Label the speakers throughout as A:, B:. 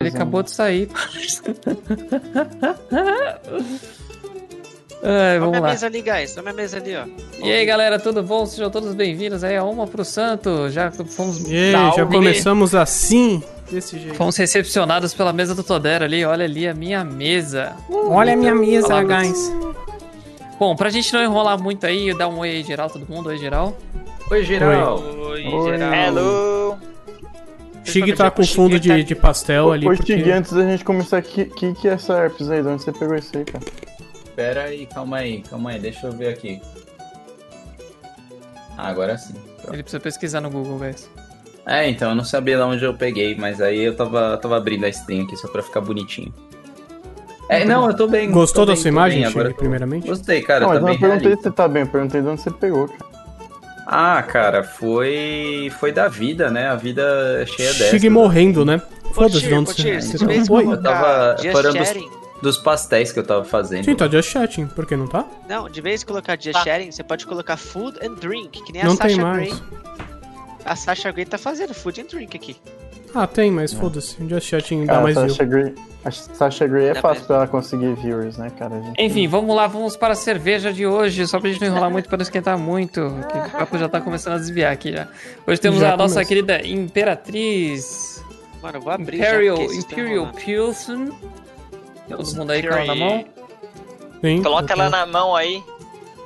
A: Ele acabou de sair. Ai,
B: Olha a
A: vamos lá.
B: mesa ali, guys. Olha a mesa ali, ó.
A: E aí, galera, tudo bom? Sejam todos bem-vindos aí a Uma pro Santo. Já fomos,
C: E aí,
B: Salve.
C: já começamos assim, desse jeito.
A: fomos recepcionados pela mesa do Todero ali. Olha ali a minha mesa.
C: Olha a minha mesa,
A: Olá,
C: guys.
A: Bom, pra gente não enrolar muito aí, dar um oi aí geral, todo mundo, oi geral.
D: Oi, geral.
B: Oi,
D: Oi.
B: geral.
D: Hello.
C: Chig tá com fundo de, de pastel ali.
E: Ô,
C: Porque...
E: Stig, antes da gente começar, o que, que, que é essa herpes aí? De onde você pegou isso aí, cara?
D: Pera aí, calma aí, calma aí, deixa eu ver aqui. Ah, agora sim. Pronto.
A: Ele precisa pesquisar no Google, guys.
D: É, então, eu não sabia de onde eu peguei, mas aí eu tava, eu tava abrindo a stream aqui só pra ficar bonitinho. É, não, eu tô bem.
C: Gostou
D: tô
C: da
D: bem,
C: sua
D: tô
C: imagem,
D: bem, agora
C: Stig,
D: eu tô-
C: primeiramente?
D: Gostei, cara,
E: não,
D: tá
E: mas eu
D: bem
E: não perguntei se
D: realista.
E: você tá bem, eu perguntei de onde você pegou, cara.
D: Ah, cara, foi foi da vida, né? A vida é cheia dessa.
C: Chig morrendo, né? Foda-se de onde você
B: você
C: você tá. Oi.
D: Eu tava
B: Just
D: parando os-
B: sharing.
D: Dos pastéis que eu tava fazendo.
C: Sim, tá just chatting. Por que não tá?
B: Não, de vez em colocar
A: Tá.
B: just sharing, você pode colocar food and drink, que nem a
C: Não
B: Sasha
C: tem mais.
B: Grey. A Sasha Grey tá fazendo food and drink aqui.
C: Ah, tem, mas foda-se. Just chatting dá
E: Cara,
C: mais
E: a,
C: view.
E: Sasha Grey, a Sasha Grey é
B: Dá
E: fácil
B: mais-
E: pra ela conseguir viewers, né, cara? A gente-
A: Enfim, vamos lá, vamos para a cerveja de hoje, só pra gente não enrolar muito, pra não esquentar muito, que o papo já tá começando a desviar aqui já. Hoje temos
C: Já
A: a nossa
C: começa.
A: querida Imperatriz
B: Mano, eu vou abrir
A: Imperial,
B: já, porque vocês tão Tá
A: Imperial
B: enrolando.
A: Pilsen. Todo mundo aí com ela na mão?
C: Sim,
F: Coloca
C: eu tô-
F: ela na mão aí.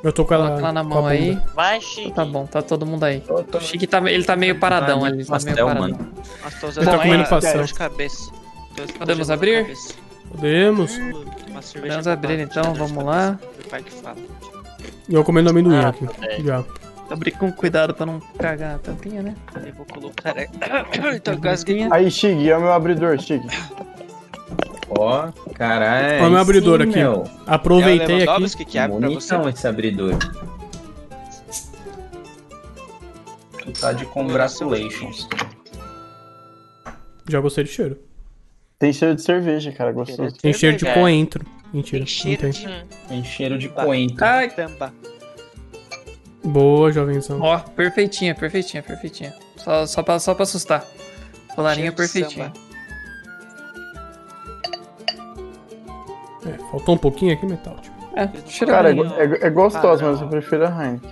C: Eu tô com ela,
A: Coloca ela na
C: com a
A: mão aí.
C: bunda.
F: Vai, Chique.
A: Tá bom, tá todo mundo aí.
D: Tô- tô-
A: O Chique tá, ele tá meio paradão ali, tá meio
D: Pastel,
A: paradão.
D: mano.
B: Nossa, tô
C: Eu
B: usando
C: tô
A: Não,
C: tá comendo
A: é-
C: pastel.
B: dor de cabeça. Tô usando
A: Podemos
B: dor de
A: abrir?
B: cabeça.
C: Podemos.
B: Uma cerveja
A: Vamos
B: com
A: abrir
B: uma
A: então,
B: dor de
A: vamos
B: cabeça.
A: lá.
B: Meu pai que fala.
C: E eu comendo amendoim
F: Ah,
C: aqui.
F: tá bem.
C: Já.
A: Abrir com cuidado pra não cagar a tampinha, né?
B: Eu vou colocar. Então, gasguei.
E: Aí, Stig, é o meu abridor, Stig.
D: Ó, caralho.
C: Ó, meu
D: aí
C: abridor
D: sim,
C: aqui.
D: meu.
B: É o
C: Aproveitei aqui.
B: Lewandowski que abre pra você.
D: Bonitão esse abridor. Tá de congratulations.
C: Já gostei do cheiro.
E: Tem cheiro de cerveja, cara, gostoso.
C: Tem cheiro de
B: É.
C: coentro. Mentira,
B: Tem
C: não
B: cheiro
C: tem.
B: de
D: Tem cheiro de coentro.
A: Ai,
B: tamba.
C: Boa, jovenzão.
A: Ó, perfeitinha, perfeitinha, perfeitinha. Só, só, pra, só pra assustar. Colarinha
B: Cheiro de
A: perfeitinha.
C: É, faltou um pouquinho aqui, metal. Tipo.
A: É,
E: Cara, é,
A: cheirando.
E: go- é, go- é gostosa,
B: Ah,
E: mas eu prefiro a Heineken.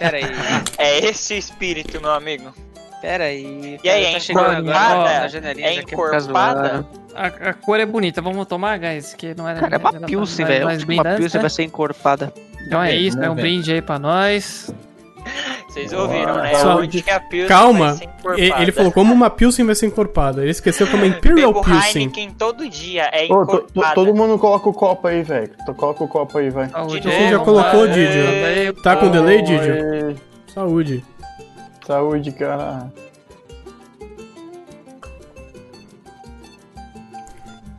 B: Pera aí,
F: É esse o espírito, meu amigo.
B: pera aí.
F: E aí,
B: tá
F: é
B: chegando agora
F: encorpada?
B: na janelinha.
F: É
B: já que eu fico
F: encorpada?
B: zoando.
A: A, a cor é bonita, vamos tomar, guys? Que não era
B: Cara, é
A: era-
B: uma
A: era-
B: pilsen,
A: era
B: velho.
A: mais
B: Uma
A: bem antes,
B: pilsen né,
A: né?
B: vai ser encorpada.
A: Então é
D: Vamos
A: isso, é
D: ver,
A: um
D: vamos ver.
A: brinde aí pra nós.
F: Vocês ouviram, né?
C: Só-
F: Onde que a Pilsen
C: Calma,
F: vai ser encorpada?
C: E- Ele falou como uma Pilsen vai ser encorpada. Ele esqueceu como é Imperial
F: Bebo
C: Pilsen.
F: Heineken todo dia é
E: Ô, to- to-
F: encorpada.
E: todo mundo coloca o copo aí, velho. To- Coloca o copo aí, vai.
A: Saúde
F: novo,
A: aí,
F: já
A: Tá vamos
C: colocou,
A: lá.
C: Didio?
A: Valeu,
C: Tá com
A: pô.
C: delay, Didio?
E: Aê,
C: Saúde.
E: Saúde, cara.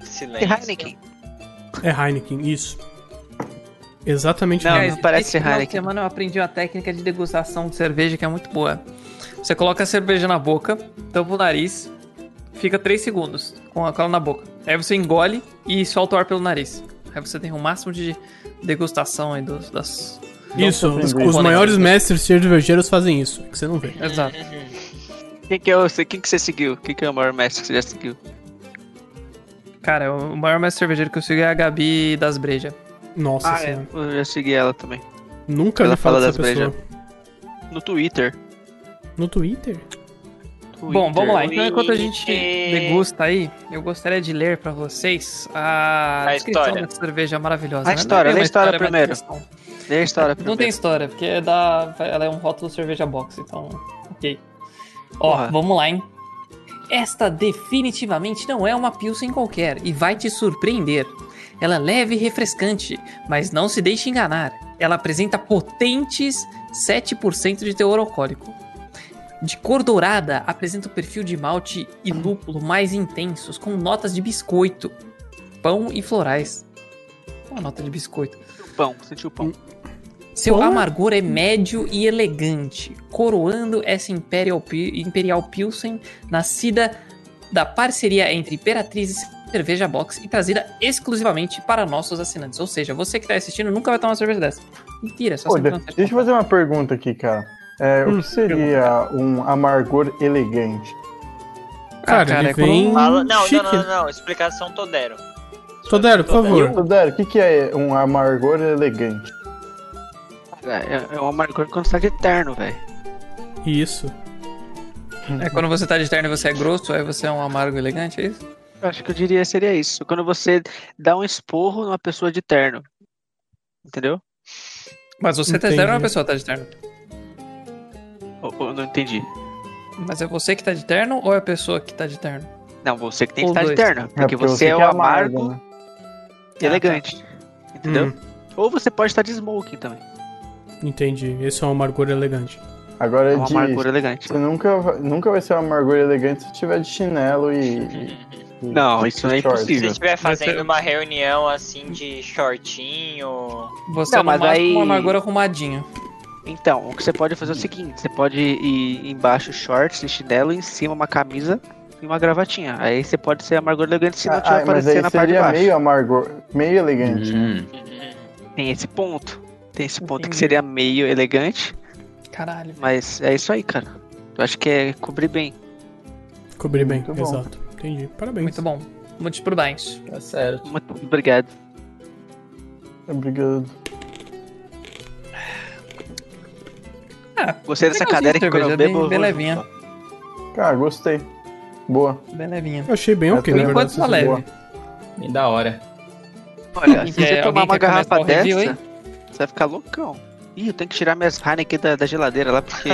B: E
F: Silêncio.
B: Heineken?
C: É Heineken, isso. Exatamente
B: Não,
C: Heineken.
A: Guys,
B: parece
A: É, esse final de
B: Heineken.
A: semana eu aprendi uma técnica de degustação de cerveja que é muito boa. Você coloca a cerveja na boca, tampa o nariz, fica 3 segundos com a cola na boca. Aí você engole e solta o ar pelo nariz. Aí você tem o máximo de degustação aí dos, das...
C: Isso,
E: Não tô
C: os,
E: entendendo.
C: os maiores mestres cervejeiros fazem isso, é que você não vê.
A: Exato.
B: Quem que, é o, quem que você seguiu? Quem que é o maior mestre que você já seguiu?
A: Cara, o maior mestre cervejeiro que eu sigo é a Gabi das Brejas.
C: Nossa senhora.
B: Eu já segui ela também.
C: Nunca
B: Ela
C: vi falar
B: fala
C: dessa
B: das
C: pessoa.
B: No Twitter.
C: No Twitter?
A: Bom, vamos lá. Então,
F: Twitter.
A: enquanto a gente degusta aí, eu gostaria de ler pra vocês a,
F: A
A: descrição
F: história.
A: dessa cerveja maravilhosa.
B: A
A: né? Não
B: história,
A: tem
B: lê
A: uma
B: a história
A: mas
B: primeiro.
A: descrição.
B: Lê a história
A: Não
B: primeiro.
A: tem história, porque é da, ela é um rótulo cerveja box, então. Ok. Ó,
B: Porra.
A: vamos lá, hein? Esta definitivamente não é uma Pilsen qualquer e vai te surpreender. Ela é leve e refrescante, mas não se deixe enganar. Ela apresenta potentes 7% de teor alcoólico. De cor dourada, apresenta o perfil de malte e lúpulo mais intensos, com notas de biscoito, pão e florais. Uma nota de biscoito.
B: Sentiu o pão, sentiu o pão.
A: Seu
C: Pô.
A: amargor é médio e elegante, coroando essa Imperial, Pi- Imperial Pilsen, nascida da parceria entre Imperatriz e Cerveja Box e trazida exclusivamente para nossos assinantes. Ou seja, você que está assistindo nunca vai tomar uma cerveja dessa. Mentira, só
E: Pô,
A: sempre
E: de- deixa eu fazer uma pergunta Hum, aqui, cara. É, o que seria um amargor elegante?
C: Cara,
A: cara,
C: ele
A: é quando-
C: vem
F: Fala- Não,
C: chique.
F: não, não, não, não. Explicação Todero.
C: Todero, por favor.
E: Todero, o que, que é um amargor elegante?
B: É, é um amargor quando você tá de terno, velho.
C: Isso.
A: É quando você tá de terno e você é grosso, aí você é um amargo elegante, é isso?
B: Eu acho que eu diria seria isso. Quando você dá um esporro numa pessoa de terno. Entendeu?
A: Mas você tá de
C: Entendi.
A: terno ou uma pessoa tá de terno?
B: Ou, ou não entendi.
A: Mas é você que tá de terno ou é a pessoa que tá de terno?
B: Não, você que tem
A: Os
B: que estar de
A: dois.
B: terno. Porque você é o
E: que
B: amargo
E: né?
B: e elegante. Entendeu?
C: Hum,
B: Ou você pode estar de smoking também.
C: entendi. Esse é um amargor elegante.
E: Agora
B: É
E: é
B: uma
E: de.
B: amargura elegante.
E: Você nunca, vai- nunca vai ser um amargor elegante se tiver de chinelo e. e-
B: Não,
E: e
B: isso é
E: shorts.
F: Se
B: impossível.
F: estiver fazendo
A: Você-
F: uma reunião assim de shortinho.
A: Você
B: Não,
A: é no
B: mas
A: máximo
B: aí-
A: um amargor arrumadinho.
B: Então, o que você pode fazer é o seguinte: você pode ir embaixo shorts, chinelo, em cima uma camisa e uma gravatinha. Aí você pode ser amargor elegante se não
E: Ah,
B: tiver
E: ah, mas
B: aparecer
E: aí
B: na parte de
E: seria
B: baixo.
E: meio amargor, meio elegante.
D: Hum.
B: Tem esse ponto. Tem esse ponto que seria meio elegante,
A: Caralho.
B: mas é isso aí, cara. Eu acho que é cobrir bem.
C: Cobri bem,
E: Muito bom.
C: exato. Entendi. Parabéns.
A: Muito bom. Muitos parabéns.
D: Tá certo.
B: Muito obrigado.
E: Obrigado.
A: Ah,
B: Gostei dessa
A: legalzinha
B: cadeira
A: a
B: que quando
A: cerveja,
B: eu bebo.
A: bem-
B: eu
A: bem
B: vou
A: levinha.
B: junto, ó.
E: Cara, gostei. Boa. é
A: bem levinha.
C: Eu achei bem
E: Eu
C: ok,
E: tô
C: na
E: em
C: verdade.
A: Enquanto
C: essa
A: tá leve.
D: Bem da hora.
B: Olha, se
A: Quer-
B: você
A: alguém
B: tomar uma
A: quer começar
B: garrafa
A: o review,
B: dessa, você vai ficar loucão. Ih, eu tenho que tirar minhas Heineken da, da geladeira lá porque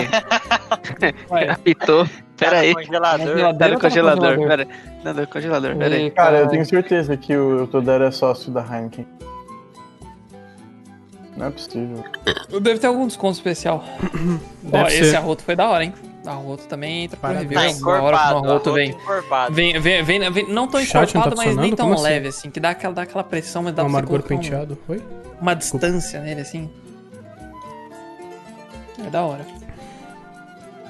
A: Vai.
B: apitou. Pera aí.
F: Tá no congelador.
A: Geladeira
B: Tá
A: ou
B: no
A: tá no
B: congelador,
A: congelador?
B: pera. Não, no congelador, pera aí.
A: E,
E: Cara, eu tenho certeza que o Todero é sócio da Heineken. Não é possível.
A: Deve ter algum desconto especial. Ó,
C: Deve
A: esse
C: ser.
A: arroto foi da hora, hein? Arroto também entra pro
C: Parabéns.
A: review.
F: Tá
A: Uma hora que
F: encorpado.
A: o arroto
F: arroto
A: vem.
F: encorpado.
A: Vem, vem, vem, vem- não tão
C: O chat não tá
A: encorpado, mas nem
C: funcionando?
A: tão
C: Como assim?
A: leve, assim, que dá aquela, dá aquela pressão, mas dá pra você
C: Amargor
A: colocar um-
C: penteado. Oi?
A: uma distância nele, assim. É da hora.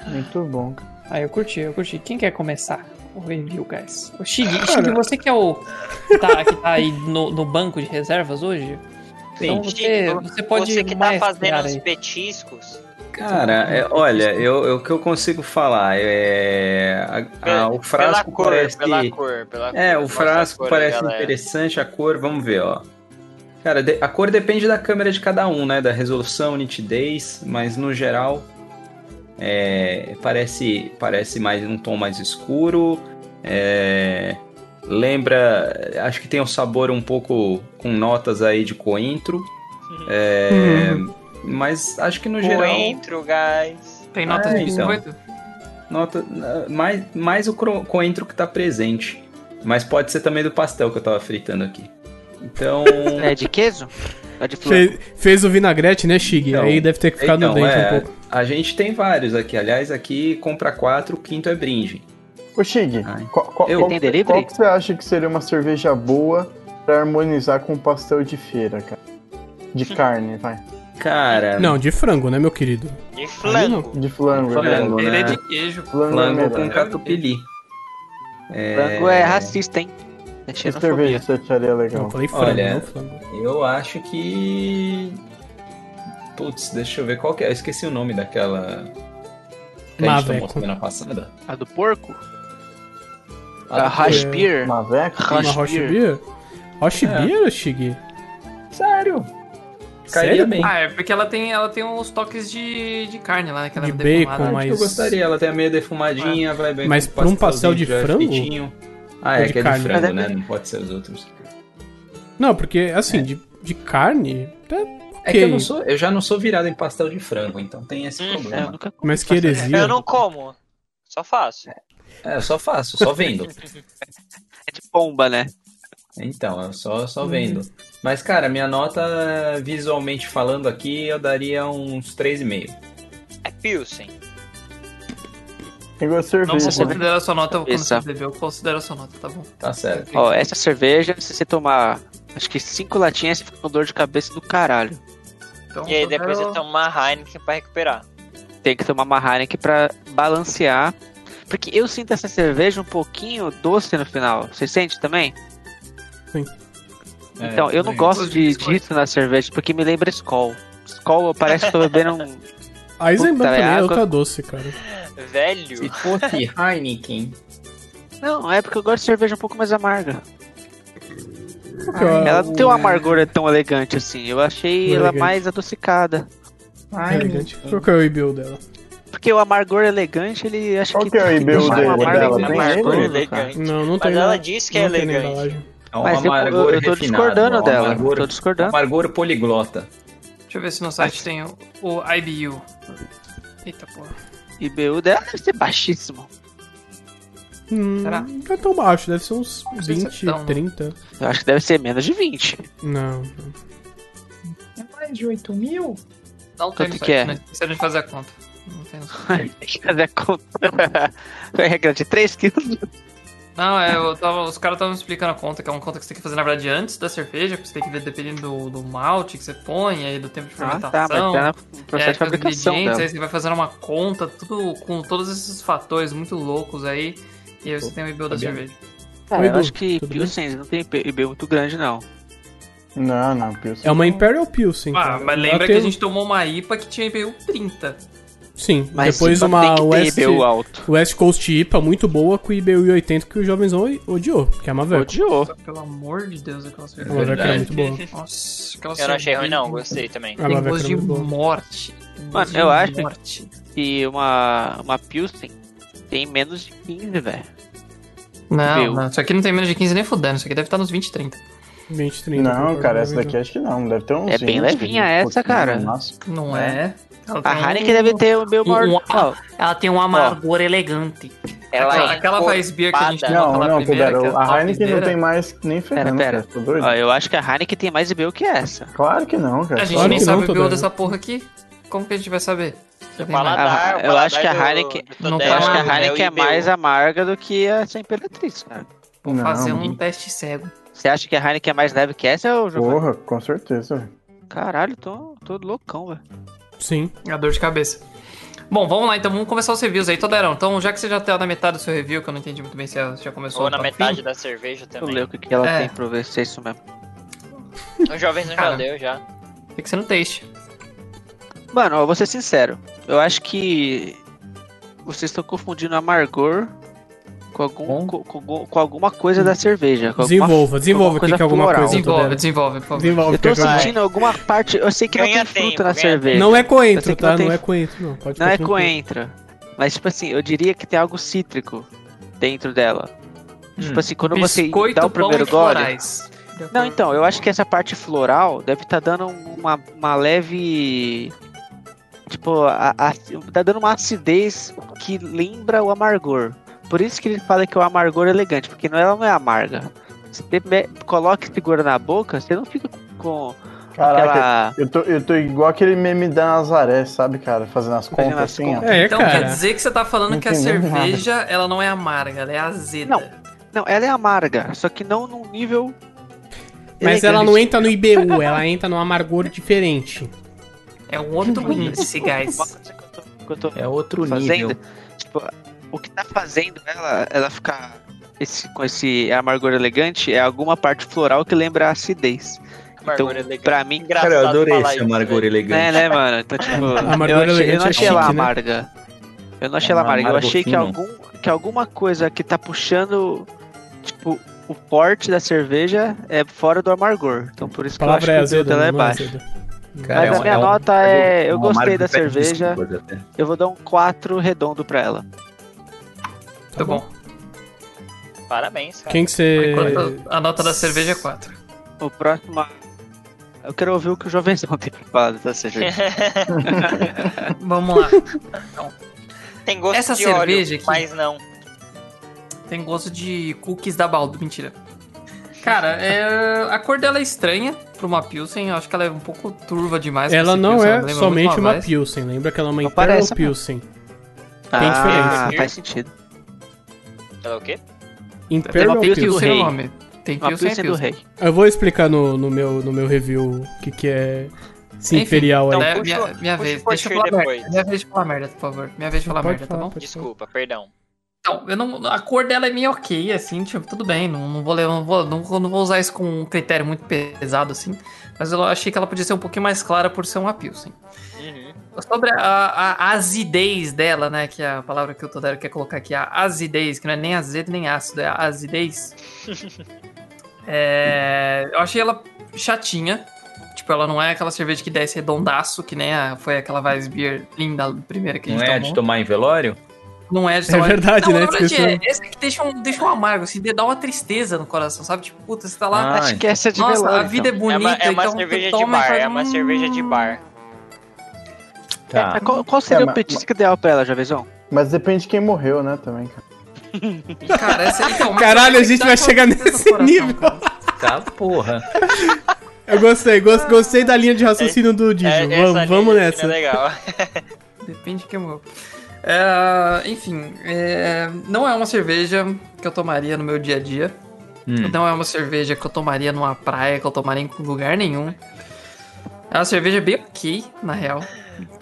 E: Muito bom, cara.
A: Ah, eu curti, eu curti. Quem quer começar o review, guys? O Shig, Shig você que é o. que tá, que tá aí no, no banco de reservas hoje? Então você,
F: Shig,
A: você pode.
F: Você que tá fazendo
A: maestrar
F: os
A: aí.
F: petiscos.
D: Cara, é- olha, eu, eu- o que eu consigo falar é. a- a- o
F: Pela
D: frasco
F: cor,
D: parece.
F: pela cor, pela cor.
D: É, o
F: Mostra a
D: frasco
F: cor aí,
D: parece
F: galera.
D: interessante, a cor, vamos ver, ó. Cara, de- a cor depende da câmera de cada um, né? Da resolução, nitidez, mas no geral é, parece parece mais um tom mais escuro. é, lembra, acho que tem um sabor um pouco com notas aí de coentro,
C: Uhum.
D: é, mas acho que no geral
F: Coentro, guys.
A: Tem
D: nota de então.
A: biscoito?
D: nota mais mais o cro- coentro que tá presente, mas pode ser também do pastel que eu tava fritando aqui. Então
B: É de queso? É de flor?
C: Fez, fez o vinagrete, né, Shig?
D: Então,
C: Aí deve ter ficado
D: então,
C: dentro
D: é,
C: um pouco.
D: A gente tem vários aqui. Aliás, aqui compra quatro, o quinto é brinde.
E: Ô, Shig,
D: Ai.
E: qual, qual-
D: Eu
E: qual-
B: tenho delivery?
E: qual que você acha que seria uma cerveja boa pra harmonizar com pastel de feira, cara? De carne, vai.
D: Cara,
C: Não, de frango, né, meu querido?
F: De flango.
E: De flango,
D: Flango,
E: né?
A: Ele é
D: né?
A: de queijo.
E: Flango, é
D: Flango né?
E: melhor.
D: com catupiry.
B: Frango é racista, hein? É
E: Que
B: xenofobia.
E: cerveja você acharia
C: Não,
E: legal?
C: eu falei frango,
D: Olha,
C: não frango.
D: Eu acho que. Putz, deixa eu ver qual que é. Eu esqueci o nome daquela. Que a gente
C: Maveco.
D: tomou semana passada.
B: A do porco?
D: Ah,
B: A hash beer?
E: Maveco?
C: Uma
B: Roche
C: roche
B: beer.
C: beer? Roche
D: É.
C: beer, Shig?
D: Ah, Sério? Cairia
C: Sério?
D: bem.
A: Ah, é porque ela tem, ela tem uns toques de, de carne lá, que ela
C: De
A: é defumada.
C: bacon,
D: Acho que eu
C: mas-
D: gostaria. Ela tem a meia defumadinha, vai bem
C: Mas
D: com
C: pra um pastel de
D: pastelzinho
C: frango?
D: já fritinho. Ah,
C: Ou
D: é
C: de
D: que é
C: carne?
D: de frango,
B: Ah,
D: né?
B: deve-
D: Não pode ser os outros.
C: Não, porque, assim, de, de carne... tá-
D: É que eu, não
C: Ok.
D: sou, eu já não sou virado em pastel de frango, então tem esse
F: Hum,
B: É, eu
D: problema.
B: nunca comi
C: Mas que
B: pastel.
C: heresia.
F: Eu não como. Só faço.
D: É, eu só faço, só vendo.
B: É de pomba, né?
D: Então, eu só, só
B: Uhum.
D: vendo. Mas, cara, minha nota, visualmente falando aqui, eu daria uns 3,5.
F: É Pilsen.
A: Não
E: Igual
A: vou
E: cerveja. né?
A: considerar sua nota quando
B: Essa.
A: você bebeu. Considera sua nota, tá bom?
D: Tá certo.
B: Ó, é. essa cerveja, se você tomar, acho que cinco latinhas, você fica com dor de cabeça do caralho.
A: Então,
F: E aí
A: eu
F: depois
A: quero-
F: eu tomo uma Heineken pra recuperar.
B: Tem que tomar uma Heineken pra balancear. Porque eu sinto essa cerveja um pouquinho doce no final. Você sente também?
D: É,
B: Então, eu não
D: bem.
B: gosto de,
A: Biscoito.
B: disso na cerveja, porque me lembra Skol. Skol parece que eu tô bebendo um...
C: A Eisenbahn
B: Puta, é
C: também é
B: água.
C: outra doce, cara.
F: Velho.
D: Se fosse Heineken,
B: Não, é porque eu gosto de cerveja um pouco mais amarga. é.
C: Porque, ó,
B: Ah, Ela não tem uma amargura tão elegante assim. Eu achei
C: Não é
B: ela
C: elegante.
B: mais adocicada.
C: É elegante. Qual que é o IBU dela?
B: Porque o amargor elegante, ele acha
E: Qual
B: que.
E: que é o
B: tem
E: IBU
B: deixar
E: dela?
B: uma amarga-
E: Dela
B: uma
E: tem
B: amargura
E: ele?
B: elegante.
F: é elegante.
C: Não, não tem.
F: Mas
C: na-
F: ela diz que é
C: não tem na
F: elegante.
C: embalagem.
D: É um
B: Mas eu-
D: amargor
B: eu tô
D: refinado,
B: discordando
D: é um
B: dela,
D: amargor-
B: tô discordando.
D: amargor poliglota.
A: Deixa eu ver se no site tem o, o IBU. Eita porra.
B: IBU dela deve ser baixíssimo.
C: Hum,
A: Será?
C: Não é tão baixo, deve ser uns
A: sei se é
C: 20,
A: tão, não.
C: 30.
B: Eu acho que deve ser menos de 20.
C: Não.
G: É mais de 8 mil?
A: Não tem
B: Quanto
A: no
B: que
A: site,
B: é?
A: né? Se a gente fazer a conta. Não tem no site.
B: Tem que fazer a conta. É regra de 3 quilos.
A: Não, é, eu tava- os caras estavam me explicando a conta, que é uma conta que você tem que fazer, na verdade, antes da cerveja, que você tem que ver dependendo do, do malte que você põe, aí do tempo de
B: Ah,
A: fermentação.
B: tá, mas tá no
A: e aí
B: processo de
A: com os
B: fabricação
A: ingredientes, Aí
B: dela.
A: você vai fazendo uma conta, tudo com todos esses fatores muito loucos aí, e aí você tem o IBU da
D: sabia.
A: cerveja.
B: Cara,
C: Oi,
B: eu
C: Edu,
B: acho que
C: tudo
B: Pilsen não tem IBU muito grande, não.
E: Não, não, Pilsen.
C: É uma Imperial Pilsen.
E: Então,
A: Ah,
C: cara. É
A: mas
C: Ela
A: lembra
C: tem-
A: que a gente tomou uma IPA que tinha IBU 30.
C: Sim,
B: Mas
C: depois
B: só
C: uma
B: tem que
C: West,
B: ter IBU alto.
C: West Coast IPA muito boa com IBU 80 que o jovenzão oi- odiou, que é uma velha.
B: Odiou.
A: Só que, pelo amor de Deus, aquela
C: A Maveca
A: cerveja.
C: era muito boa.
A: Nossa, aquela
C: assim,
F: Eu não achei
A: cerveja
F: ruim, não. Gostei também.
C: A
A: Tem
C: Maveca
A: gosto
C: era
A: de
C: muito boa.
A: morte. Tem gosto
B: Mano,
A: de
B: eu acho-
A: morte.
B: E uma, uma Pilsen tem menos de 15, velho.
A: Não,
B: IBU.
A: não, isso aqui não tem menos de 15 nem fudendo, isso aqui deve estar nos 20, 30.
C: 20, 30.
E: Não,
C: concordo,
E: cara, essa
C: jovenzão.
E: daqui acho que não. Deve ter uns.
B: É bem
E: 20,
B: levinha
E: um
B: essa,
E: pouquinho,
B: cara.
E: Nossa.
A: Não é? Ela
B: A
A: tem um-
B: Heineken deve ter o meu maior. Ah,
A: um-
B: Ó,
A: Ela tem um amargor elegante. Aquela,
F: é
A: aquela faz beer que a gente
F: encorpada.
A: tomou
E: Não,
A: aquela
E: não,
A: primeira, que é
E: Pudero. A Heineken não
A: topzera.
E: tem mais nem ferrando,
B: pera.
E: cara. Tô doido?
B: ó, eu acho que a Heineken tem mais IBU que essa.
E: Claro que não, cara.
A: A gente
C: Claro
A: nem
C: que não,
A: sabe o
C: Todero.
A: pior dessa porra aqui. Como que a gente vai saber? Não tem mais.
B: Ah,
F: Paladar, o
B: eu
F: paladar
B: acho que a
F: do-
B: Heineken-
F: do
A: Não
B: Eu
A: É,
B: acho que
F: Todero
A: não,
B: a Heineken é
F: Ah, o IBU.
B: mais amarga do que essa Imperatriz, cara.
A: Vou
E: Não,
A: fazer um
E: ninguém-
A: teste cego.
B: Você acha que a Heineken é mais leve que essa, ô Giovanni?
E: Porra, com certeza.
B: Caralho, tô, tô loucão, velho.
C: Sim.
A: É dor de cabeça. Bom, vamos lá, então vamos começar os reviews aí, Toderão. Então, já que você já tá na metade do seu review, que eu não entendi muito bem se você já começou
F: Ou
A: ou
F: na
A: tá no fim,
F: metade da cerveja
B: Deixa eu
F: também.
B: ler o que, que ela
A: É.
B: tem pra eu ver se é isso mesmo.
F: O jovem não Um já
A: Cara.
F: leu já.
A: Tem é que ser no taste.
B: Mano, eu vou ser sincero. Eu acho que vocês estão confundindo amargor com, algum, com, com- com alguma coisa da cerveja. com alguma-
C: Desenvolva, desenvolva o que
B: coisa
C: que é alguma
B: floral.
C: coisa.
A: Desenvolve,
C: Todero.
A: desenvolve, por favor.
C: Desenvolve.
B: Eu tô
C: porque eu-
B: sentindo alguma parte. Eu sei que não tem
F: Ganha
B: fruta
F: tempo,
B: na
F: ganha
B: cerveja.
C: Não é
B: Eu sei
C: coentro,
B: que não
C: tá?
B: tem-
C: Não é coentro, não. Pode
B: Não
C: ficar
B: é
C: tranquilo.
B: coentro. Mas, tipo assim, eu diria que tem algo cítrico dentro dela. Tipo assim, quando você
A: Biscoito,
B: dá o
A: pão
B: primeiro
A: e
B: gole.
A: florais.
B: Não, então, eu acho que essa parte floral deve estar dando uma, uma leve. Tipo, a, a- tá dando uma acidez que lembra o amargor. Por isso que ele fala que o amargor é elegante, porque não, ela não é amarga. Você be- coloca e segura na boca, você não fica com
E: Caraca,
B: aquela.
E: eu tô, eu tô igual aquele meme da Nazaré, sabe, cara? Fazendo as
B: Fazendo
E: contas
B: as
E: assim,
B: contas.
E: ó.
C: É,
A: Então quer
C: cara.
A: dizer que você tá falando
E: Não
A: que a
E: entendeu nada.
A: cerveja, ela não é amarga, ela é azeda.
B: Não. Não, ela é amarga, só que não num nível.
C: Mas ela
B: elegante.
C: não entra no IBU, ela entra num amargor diferente.
A: É um outro índice,
B: Uma
A: guys.
B: coisa que eu tô- que eu tô
D: É outro
B: fazendo.
D: nível.
B: Tipo, o que tá fazendo ela, ela ficar esse, com esse amargor elegante é alguma parte floral que lembra a acidez.
F: Amargura
B: Então,
F: elegante.
B: Pra mim,
F: Engraçado
D: Cara, eu adorei
F: falar
D: esse
F: isso,
D: amargor
F: velho.
D: elegante.
B: né, né, mano? Então, tipo,
C: Amargor
B: eu, achei, eu
C: elegante
B: não
C: é
B: achei ela
C: chique, né?
B: amarga. Eu não achei
D: É
B: ela
D: um
B: amarga. Eu
D: amargo
B: achei que,
D: fino.
B: algum, que alguma coisa que tá puxando, tipo, o porte da cerveja é fora do amargor. Então, por isso
C: A
B: que eu acho
C: palavra é
B: que o
C: azeda,
B: Delta ela é
C: não é
B: baixa.
C: azeda.
D: Cara,
B: Mas
D: é
B: a
D: um-
B: minha
D: é um-
B: nota é. Eu
D: Um
B: gostei
D: amargo
B: da
D: que pede
B: cerveja.
D: desculpas até.
B: Eu vou dar um 4 redondo pra ela.
A: Muito Tá bom.
F: Parabéns, cara.
C: Quem que você...
A: Enquanto a nota da cerveja é 4.
B: O próximo. Eu quero ouvir o que o Jovenzão tem pra falar dessa cerveja.
A: Vamos lá.
F: Tem gosto
A: Essa
F: de óleo,
A: cerveja aqui-
F: mas não.
A: Tem gosto de cookies da Baldo. Mentira. Cara, é, a cor dela é estranha pra uma Pilsen. Eu acho que ela é um pouco turva demais. pra
C: Ela
A: ser
C: não
A: Pilsen, ela
C: é
A: lembra muito
C: somente uma
A: Weiss.
C: Pilsen, lembra que ela é uma
B: Não
C: Imperial
B: parece, não.
C: Pilsen.
B: ah,
F: diferença.
B: faz sentido.
F: Ela é o quê?
B: Tem uma
C: Imperial
B: Pilsen
C: Pilsen.
B: do
A: Pilsen é o
B: rei.
A: nome. Tem
B: Uma
A: Pilsen e
B: Pilsen do
A: Pilsen.
B: rei.
C: Eu vou explicar no, no, meu, no meu review o que, que é esse
A: Enfim,
C: Imperial
F: então
C: aí.
A: É,
F: Puxa-
A: minha, minha
F: puxa
A: vez. Deixa eu
F: o Portier
A: falar merda.
F: depois.
A: Minha vez de falar merda, por favor. Minha vez de falar merda, tá bom?
F: Desculpa, perdão.
A: Então, eu não, a cor dela é meio ok, assim, tipo, tudo bem, não, não vou, le- não, vou, não, vou- não vou usar isso com um critério muito pesado, assim, mas eu achei que ela podia ser um pouquinho mais clara por ser uma Pilsen.
F: Uhum.
A: Sobre a, a azidez dela, né? Que é a palavra que o Todero quer colocar aqui, a azidez, que não é nem azedo nem ácido, é a azidez. É, eu achei ela chatinha. Tipo, ela não é aquela cerveja que desce redondaço, que nem a- foi aquela Weiss Beer linda primeira que a
D: Não
A: gente
D: é a
A: tomou.
D: de tomar em velório?
A: Não é de
C: É
A: tomar-
C: verdade,
A: não,
C: né?
A: na verdade,
C: Esqueceu.
A: é. Esse aqui deixa um, deixa um amargo, assim, dá uma tristeza no coração, sabe? Tipo, puta, você tá lá.
D: Ah,
B: Acho que essa é de
A: Nossa,
B: velório,
A: a vida
B: então.
A: é bonita,
F: É uma, é uma
A: então
F: cerveja de
A: toma e
F: bar,
A: faz
F: é uma
A: um-
F: cerveja de bar.
D: Tá.
B: Mas Qual, qual seria
E: É,
B: o
E: mas-
B: petisco ideal pra ela, Javezão?
E: Mas depende de quem morreu, né, também, cara.
A: Cara, essa, então, mas
C: Caralho,
A: essa
C: a gente
A: dá
C: vai
A: uma
C: chegar
A: tristeza no
C: nesse
A: coração,
C: nível.
A: cara.
D: Tá, porra.
C: Eu gostei, gos- gostei da linha de raciocínio do Digio.
F: É,
C: vamos,
F: essa
C: vamos
F: linha
C: nessa.
F: É legal.
A: Depende de quem morreu. É, enfim, é, não é uma cerveja que eu tomaria no meu dia a dia.
D: Hum.
A: Não é uma cerveja que eu tomaria numa praia, que eu tomaria em lugar nenhum. É uma cerveja bem ok, na real.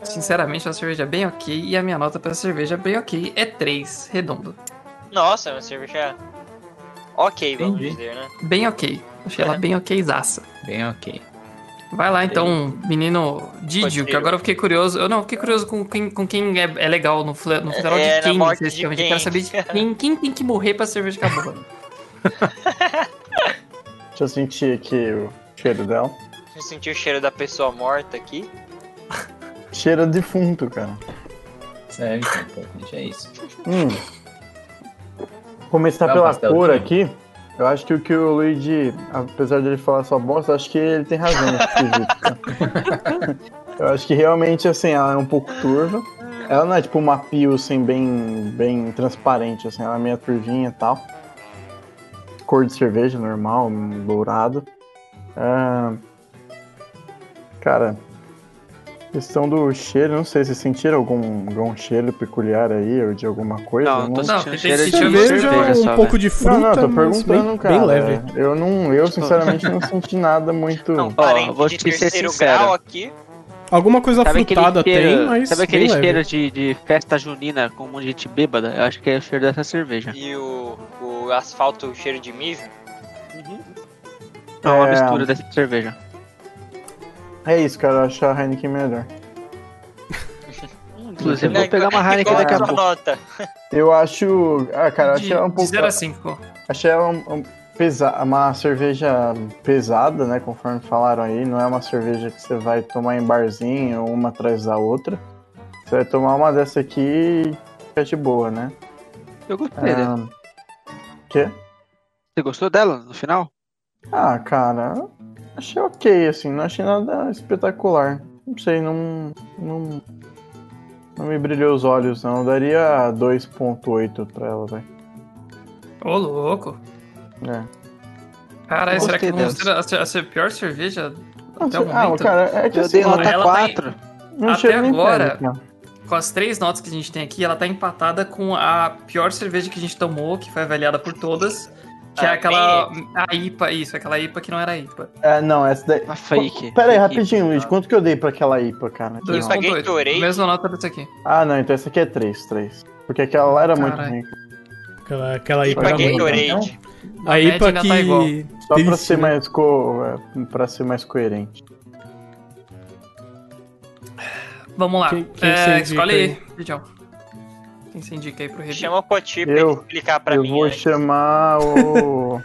A: Sinceramente, é uma cerveja bem ok. E a minha nota pra cerveja bem ok é 3, redondo.
F: Nossa, é uma cerveja. Ok, vamos
D: Entendi.
F: dizer, né?
A: Bem ok. Achei ela bem okzaça.
D: Bem ok.
A: Vai lá então, menino Didio,
F: Pode ir.
A: que agora eu fiquei curioso. Eu não, eu fiquei curioso com quem, com quem é, é legal no, fle- no funeral
F: É,
A: de
F: na
A: quem,
F: morte de
A: especificamente. Eu
F: quem.
A: quero saber de quem, quem tem que morrer pra cerveja acabar.
E: Deixa eu sentir aqui o cheiro dela.
F: Eu senti o cheiro da pessoa morta aqui.
E: Cheiro de defunto, cara.
D: Sério, então, pô, gente, é isso.
E: Hum. Começar
D: Dá um
E: pela
D: pastelzinho.
E: cor aqui. Eu acho que o que o Luigi, apesar dele falar só bosta, eu acho que ele tem razão nesse quesito, tá? Eu acho que realmente, assim, ela é um pouco turva. Ela não é tipo uma Pilsen bem, bem transparente, assim, ela é meio turvinha e tal. Cor de cerveja normal, um dourado. Ah, Cara, questão do cheiro, não sei, vocês sentiram algum, algum cheiro peculiar aí, ou de alguma coisa?
B: Não, eu tô
A: Não,
B: sentindo
A: tem
B: cheiro de
A: sentido
B: cerveja,
C: Cerveja, um
B: só,
C: pouco de fruta,
E: não, não, eu tô
C: mas
E: perguntando,
C: bem,
E: cara.
C: bem leve.
E: Eu não, eu sinceramente não senti nada muito.
F: Não,
B: Ó,
F: parente
B: vou
F: de
B: te ser
F: terceiro
B: sincero.
F: grau aqui.
C: Alguma coisa
B: Sabe aquele
C: frutada
B: cheiro,
C: tem, mas
B: sabe
C: bem
B: aquele
C: leve.
B: cheiro de, de festa junina com um monte de gente bêbada? Eu acho que é o cheiro dessa cerveja.
F: E o, o asfalto, o cheiro de mijo.
B: É uma
E: É.
B: mistura dessa cerveja.
E: É isso, cara, eu acho a Heineken melhor.
B: Inclusive, vou pegar uma Heineken
F: Qual é
B: daqui a
F: sua
B: pouco.
F: nota?
E: Eu acho. Ah, cara, eu achei ela um
A: De
E: pouco.
A: 0 a 5.
E: Achei ela um, um pesa- uma cerveja pesada, né? Conforme falaram aí. Não é uma cerveja que você vai tomar em barzinho, uma atrás da outra. Você vai tomar uma dessa aqui e fica de boa, né?
B: Eu gostei dela.
E: Ah, quê?
B: Você gostou dela no final?
E: Ah, cara, achei ok, assim, não achei nada espetacular. Não sei, não. Não, não me brilhou os olhos, não. Eu daria 2,8 pra ela, velho.
A: Ô, louco.
E: É.
A: Caralho, será que
B: Gostei
A: não
B: dela.
A: será a, a, a pior cerveja até
E: Nossa,
A: o
E: ah,
A: momento?
E: cara, é que
B: Eu
E: assim,
B: dei
E: não,
A: ela
B: nota
A: tá-
B: 4.
E: não
A: até
E: chega nem
A: agora-
E: perto, cara.
A: Com as três notas que a gente tem aqui, ela tá empatada com a pior cerveja que a gente tomou, que foi avaliada por todas. Que é
F: Ah,
A: aquela. A IPA, isso, aquela IPA que não era IPA.
E: É, não, essa daí.
B: Uma fake.
E: Pera aí,
B: Fake.
E: rapidinho, Luiz, quanto que eu dei pra aquela IPA, cara?
F: Eu
E: Não.
F: paguei Gatorade.
A: 2.8. Mesma nota dessa aqui.
E: Ah, não, então essa aqui é 3, 3. Porque aquela lá era muito
A: Caralho.
E: ruim.
C: Aquela, aquela IPA
E: Pra
F: Pra
C: era
E: quem
C: ruim.
E: adorei.
F: Gatorade.
C: A
A: média
C: IPA
A: ainda tá igual.
C: que...
E: Só pra
C: Triste,
E: ser
C: né?
E: mais co... é, pra ser mais coerente.
A: Vamos lá.
C: Quem- quem
A: É,
C: você indica
A: escolhe
C: aí?
A: aí, Vidião. Quem se indica aí pro review?
F: Chama o Poti pra
E: Eu-
F: ele explicar pra
E: eu
F: mim. é né?
E: vou
F: antes.
E: chamar o.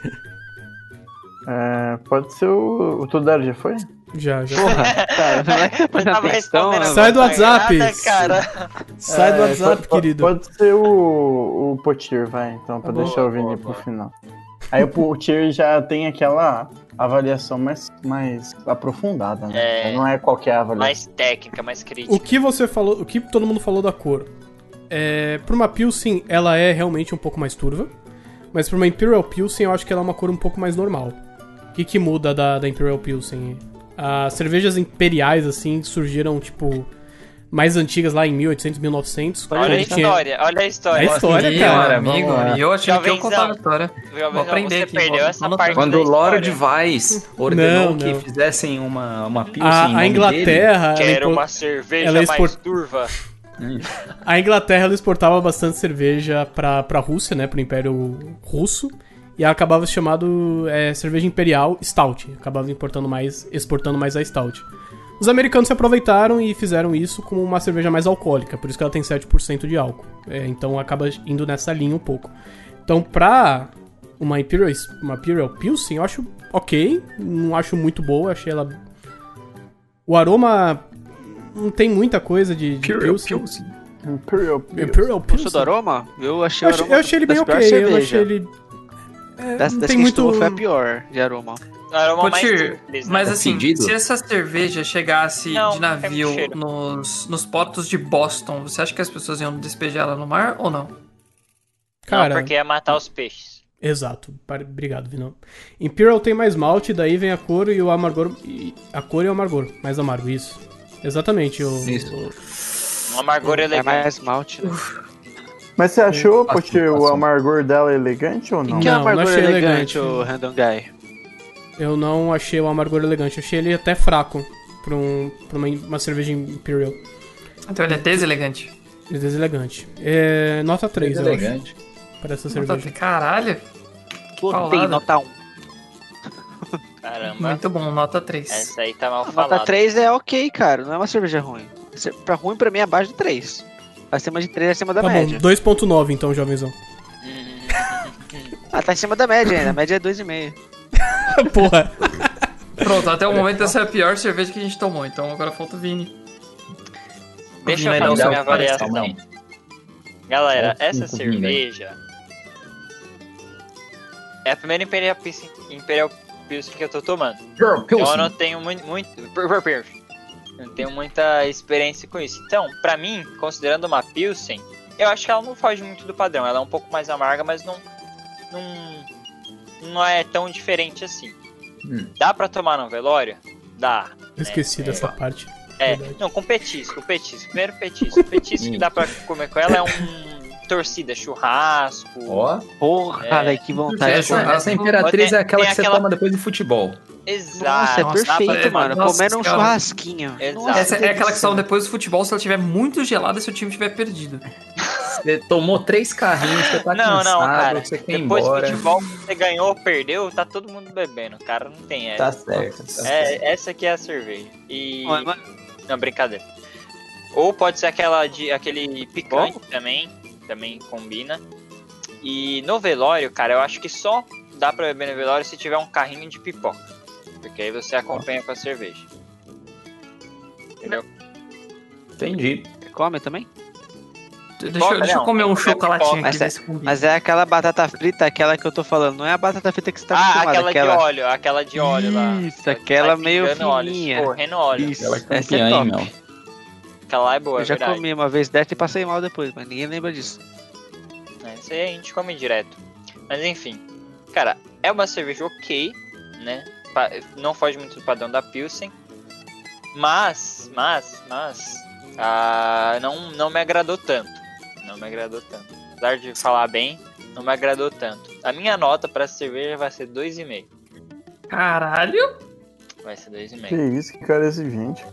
E: É, pode ser o. O Todaro já foi?
C: Já, já.
B: Porra, cara, não é que você presta
F: Tava
B: atenção,
F: respondendo
B: né,
F: a
C: Sai
B: mano?
C: do
F: gargalhada,
C: WhatsApp.
F: cara.
C: Sai do
E: É,
C: WhatsApp,
E: pode- pode-
C: querido.
E: Pode ser o, o Potir, vai, então, pra
C: Boa,
E: deixar o Vini
F: boa,
E: pro
F: boa.
E: final. Aí o Potir já tem aquela avaliação mais, mais aprofundada, né?
F: É.
E: Não é qualquer avaliação.
F: Mais técnica, mais crítica.
C: O que você falou, o que todo mundo falou da cor? É, pra uma Pilsen, ela é realmente um pouco mais turva. Mas pra uma Imperial Pilsen, eu acho que ela é uma cor um pouco mais normal. O que, que muda da, da Imperial Pilsen? As cervejas imperiais, assim, surgiram, tipo, mais antigas lá em 1800, 1900.
F: Olha a
C: quando tinha-
F: história, olha a
C: É
F: história.
C: a história, cara.
A: Amigo, amigo,
E: vamos lá.
A: eu achei que eu
F: Jovenzão.
A: contava a história.
F: Viu,
A: Vou
F: Abel?
A: aprender
F: Você
A: aqui,
F: perdeu
A: vou-
F: essa
A: vou
F: parte
D: Quando
F: da
D: o Lord
F: história.
D: Weiss ordenou
C: Não,
D: que
C: não.
D: fizessem uma, uma Pilsen em
C: A,
D: nome
C: a
D: dele,
C: Inglaterra. ela
F: Quero
C: impo-
F: uma cerveja
C: ela é
F: mais
C: export-
F: turva.
C: A Inglaterra ela exportava bastante cerveja pra, pra Rússia, né? Pro Império Russo. E ela acabava se chamando é, cerveja imperial stout. Acabava importando mais, exportando mais a stout. Os americanos se aproveitaram e fizeram isso com uma cerveja mais alcoólica, por isso que ela tem 7% de álcool. É, então acaba indo nessa linha um pouco. Então, pra uma Imperial, uma Imperial Pilsen, eu acho ok, não acho muito boa, achei ela. O aroma não tem muita coisa de, de Pilsen.
E: Imperial Pilsen.
B: Gostou
C: Imperial
B: do
C: Pilsen.
B: aroma? Eu achei
C: Eu
B: o
C: achei,
B: aroma
C: eu achei ele
B: das
C: bem ok,
B: piores
C: eu
B: cervejas.
C: achei ele. É,
B: Das,
C: não
B: das
C: tem
B: que
C: muito.
B: estudou foi a pior de aroma.
F: Era uma mais
A: Potir,
F: simples, né?
D: Tá
A: Mas assim,
D: fedido?
A: se essa cerveja chegasse
F: Não,
A: de
F: não tem muito
A: navio
F: cheiro.
A: nos, nos portos de Boston, você acha que as pessoas iam despejar ela no mar ou não?
C: Cara,
F: Não, porque ia matar os peixes.
C: Exato. Par- Obrigado, Vinão. Imperial tem mais malte, daí vem a cor e o amargor. e- A cor e o amargor. Mais amargo, isso. Exatamente. O,
D: Isso.
C: o-
F: Um amargor
B: É
F: elegante.
B: mais malte. né?
E: Mas você achou,
D: Passou,
E: porque o
D: passou.
E: amargor dela é elegante ou não?
B: que é
C: Não,
B: um amargor
C: achei
B: elegante,
C: elegante.
B: o Random Guy?
C: eu não achei o amargor elegante. Achei ele até fraco pra, um, pra uma, uma cerveja Imperial.
A: Então ele é deselegante.
C: Ele é deselegante. É, nota 3, eu
D: Elegante.
C: acho, pra essa
A: Nota-
C: cerveja.
A: Caralho,
B: Botei
A: Paulada.
B: nota 1.
C: Né?
F: Caramba.
A: muito bom, nota 3.
F: Essa aí tá mal falada.
B: Nota 3 é ok, cara. Não é uma cerveja ruim. Se- Pra ruim, pra mim, é abaixo de 3. Acima de 3 é acima da
C: Tá bom,
B: média.
C: 2.9 então, jovenzão.
B: Ah, tá acima da média ainda. A média é 2,5.
C: Porra.
A: Pronto, até o momento essa é a pior cerveja que a gente tomou, então agora falta o Vini.
F: Deixa
A: Não,
F: eu
A: não,
F: fazer
A: não,
F: minha avaliação. Galera,
D: Só
F: essa
D: cinco vinho, né?
F: cerveja é a primeira Imperial Pilsen, Imperial Pilsen que eu tô tomando. Eu não tenho muito, muito per- per- per- não tenho muita experiência com isso. Então, pra mim, considerando uma Pilsen, eu acho que ela não foge muito do padrão. Ela é um pouco mais amarga, mas não não, não é tão diferente assim.
D: Hum.
F: Dá pra tomar no velório? Dá.
C: Eu esqueci dessa parte.
F: É,
C: Verdade.
F: não, com petisco, petisco. Primeiro petisco. O petisco que dá pra comer com ela é um torcida, churrasco.
D: Ó,
B: Porra,
F: É.
B: velho, que vontade.
D: Tá, essa,
B: Porra.
D: essa imperatriz
F: Tem-
D: é aquela
F: tem
D: que você
F: aquela-
D: toma depois do futebol.
B: Nossa,
F: Exato.
B: é
A: Nossa,
B: perfeito,
A: dá pra-
B: mano.
A: Nossa,
B: Comendo um
A: cara.
B: churrasquinho.
F: Exato.
B: Nossa,
A: Essa
B: que
A: é aquela que
B: delícia.
A: são depois do futebol se ela tiver muito gelada e seu time tiver perdido.
D: Você tomou três carrinhos, você tá
F: Não,
D: cansado,
F: não, cara.
D: você quer ir
F: Depois do
D: embora.
F: futebol, você ganhou ou perdeu, tá todo mundo bebendo, cara. Não tem essa.
D: Tá certo. tá certo.
F: É, essa aqui é a cerveja. E.
B: Não, é ma-
F: Não, brincadeira. Ou pode ser aquela de, aquele picante também, também combina. E no velório, cara, eu acho que só dá pra beber no velório se tiver um carrinho de pipoca. Porque aí você acompanha com a cerveja. Entendeu?
D: Entendi.
B: Come também?
A: Deixa, eu- deixa eu
F: não,
A: comer um
F: não,
A: chocolatinho
F: pipoca.
A: aqui.
B: Mas é-
A: ver se combina.
B: Mas é aquela batata frita, aquela que eu tô falando. Não é a batata frita que você tá
F: ah,
B: acostumado.
F: aquela, de óleo, aquela de óleo lá.
B: Isso, aquela meio
F: pingando óleo,
B: fininha.
F: escorrendo óleo.
B: Isso,
D: Ela é
B: essa
D: campeã,
B: é
D: hein,
B: top.
D: meu.
F: Aquela lá é boa,
B: eu
F: é
B: já
F: verdade.
B: comi uma vez dessa e passei mal depois, mas ninguém lembra disso.
F: né? Isso aí a gente come direto. Mas enfim, cara, é uma cerveja ok, né? Pa- Não foge muito do padrão da Pilsen. Mas, mas, mas, ah, não, não me agradou tanto. Não me agradou tanto. Apesar de falar bem, não me agradou tanto. A minha nota pra essa cerveja vai ser 2,5.
A: Caralho!
F: Vai ser
E: Que
F: 2,5.
E: isso, que cara exigente.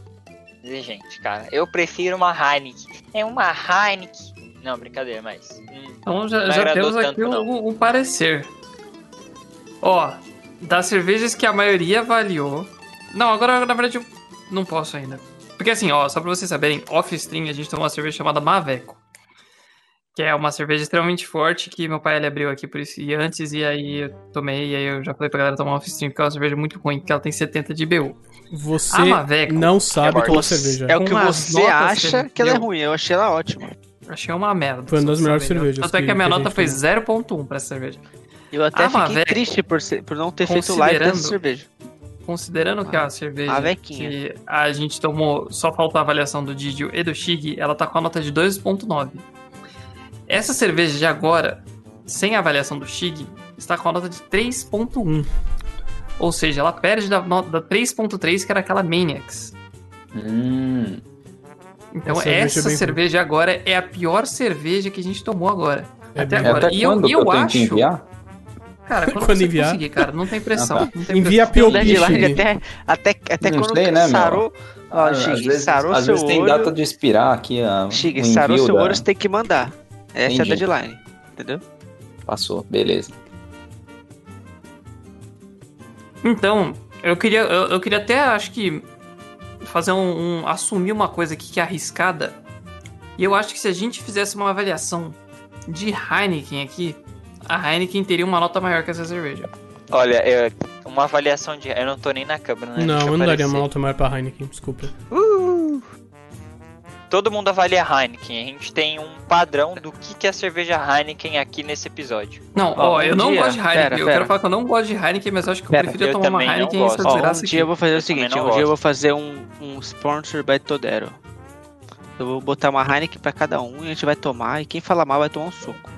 F: Exigente, cara. Eu prefiro uma Heineken. É uma Heineken. Não, brincadeira, mas. hum,
A: Então já,
F: Não
A: já
F: agradou
A: temos aqui
F: tanto, não.
A: um, um parecer. Ó, das cervejas que a maioria avaliou. Não, agora na verdade eu não posso ainda. Porque assim, ó, só pra vocês saberem, off-stream a gente tomou uma cerveja chamada Maveco. Que é uma cerveja extremamente forte que meu pai ele abriu aqui por isso. E antes, e aí eu tomei, e aí eu já falei pra galera tomar off-stream, porque é uma cerveja muito ruim, porque ela tem 70 de BU.
C: Você
A: Ah, Maveco.
C: não sabe
F: Você-
C: tomar
B: Você-
C: cerveja.
B: É o que
A: Com as
B: você
A: notas
B: acha
A: que
B: que ela é
A: deu.
B: ruim. Eu achei ela ótima.
A: Achei uma merda.
C: Foi uma
A: só
C: das
A: pra
C: melhores
A: saber.
C: cervejas
A: Tanto é
C: que-
A: que a minha
C: que a
A: nota
C: gente
A: foi
C: tomou.
A: 0.1 pra essa cerveja.
B: Eu até
A: Ah,
B: fiquei
A: mas, velho,
B: triste por, ser- por não ter feito live
A: considerando-
B: dessa cerveja.
A: Considerando que a cerveja
B: a vequinha.
A: que a gente tomou só falta a avaliação do Didio e do Shig, ela tá com a nota de 2.9. Essa cerveja de agora, sem a avaliação do Shig, está com a nota de 3.1. Ou seja, ela perde da nota da 3.3, que era aquela Maniacs.
D: Hum,
A: Então
C: Essa
A: essa,
C: cerveja é bem ruim.
A: cerveja agora é a pior cerveja que a gente tomou agora.
C: É
A: até
C: bem-
A: agora.
D: até
A: e eu,
D: quando que
A: eu,
D: eu tenho
A: acho...
D: que enviar?
A: Cara, quando,
C: Quando
A: você
C: enviar.
A: conseguir, cara, não tem pressão.
D: Ah,
A: não tem
C: Envia a
A: pressão.
C: Pio
B: Deadline
C: Bichig.
B: até, até, até
D: Não
B: quando
D: sei, né, meu?
B: sarou, ó,
D: Ah,
B: Shig,
D: às vezes,
B: sarou
D: às
B: seu
D: vezes tem
B: olho.
D: data de expirar aqui. A,
B: Shig,
D: o
B: sarou
D: envio
B: seu
D: da-
B: olho, você tem que mandar. Essa é a
D: Entendi.
B: deadline. Entendeu?
D: Passou, beleza.
A: Então, eu queria, eu, eu queria até, acho que fazer um, um- assumir uma coisa aqui que é arriscada. E eu acho que se a gente fizesse uma avaliação de Heineken aqui, a Heineken teria uma nota maior que essa cerveja.
F: Olha, eu- uma avaliação de. Eu não tô nem na câmera, né?
C: Não,
F: Deixa
C: eu não daria
F: aparecer.
C: uma nota maior pra Heineken, desculpa.
F: Uh! Todo mundo avalia Heineken. A gente tem um padrão do que, que é a cerveja Heineken aqui nesse episódio.
A: Não,
B: Ó,
A: ó,
B: um
A: eu não
B: dia-
A: gosto de Heineken.
B: pera,
A: eu
B: pera.
A: quero falar que eu não gosto de Heineken, mas eu acho que eu
B: Pera,
A: preferia
F: eu
A: tomar uma
F: também não
A: Heineken e
F: gosto.
A: se Tá eu
B: Ó,
A: zerar
B: um
A: isso
B: dia eu
A: aqui.
B: vou fazer o
F: Eu também
B: seguinte,
F: não
B: um dia eu
F: gosto.
B: vou fazer um, um sponsor by Todero. Eu vou botar uma Heineken pra cada um e a gente vai tomar, e quem falar mal vai tomar um suco.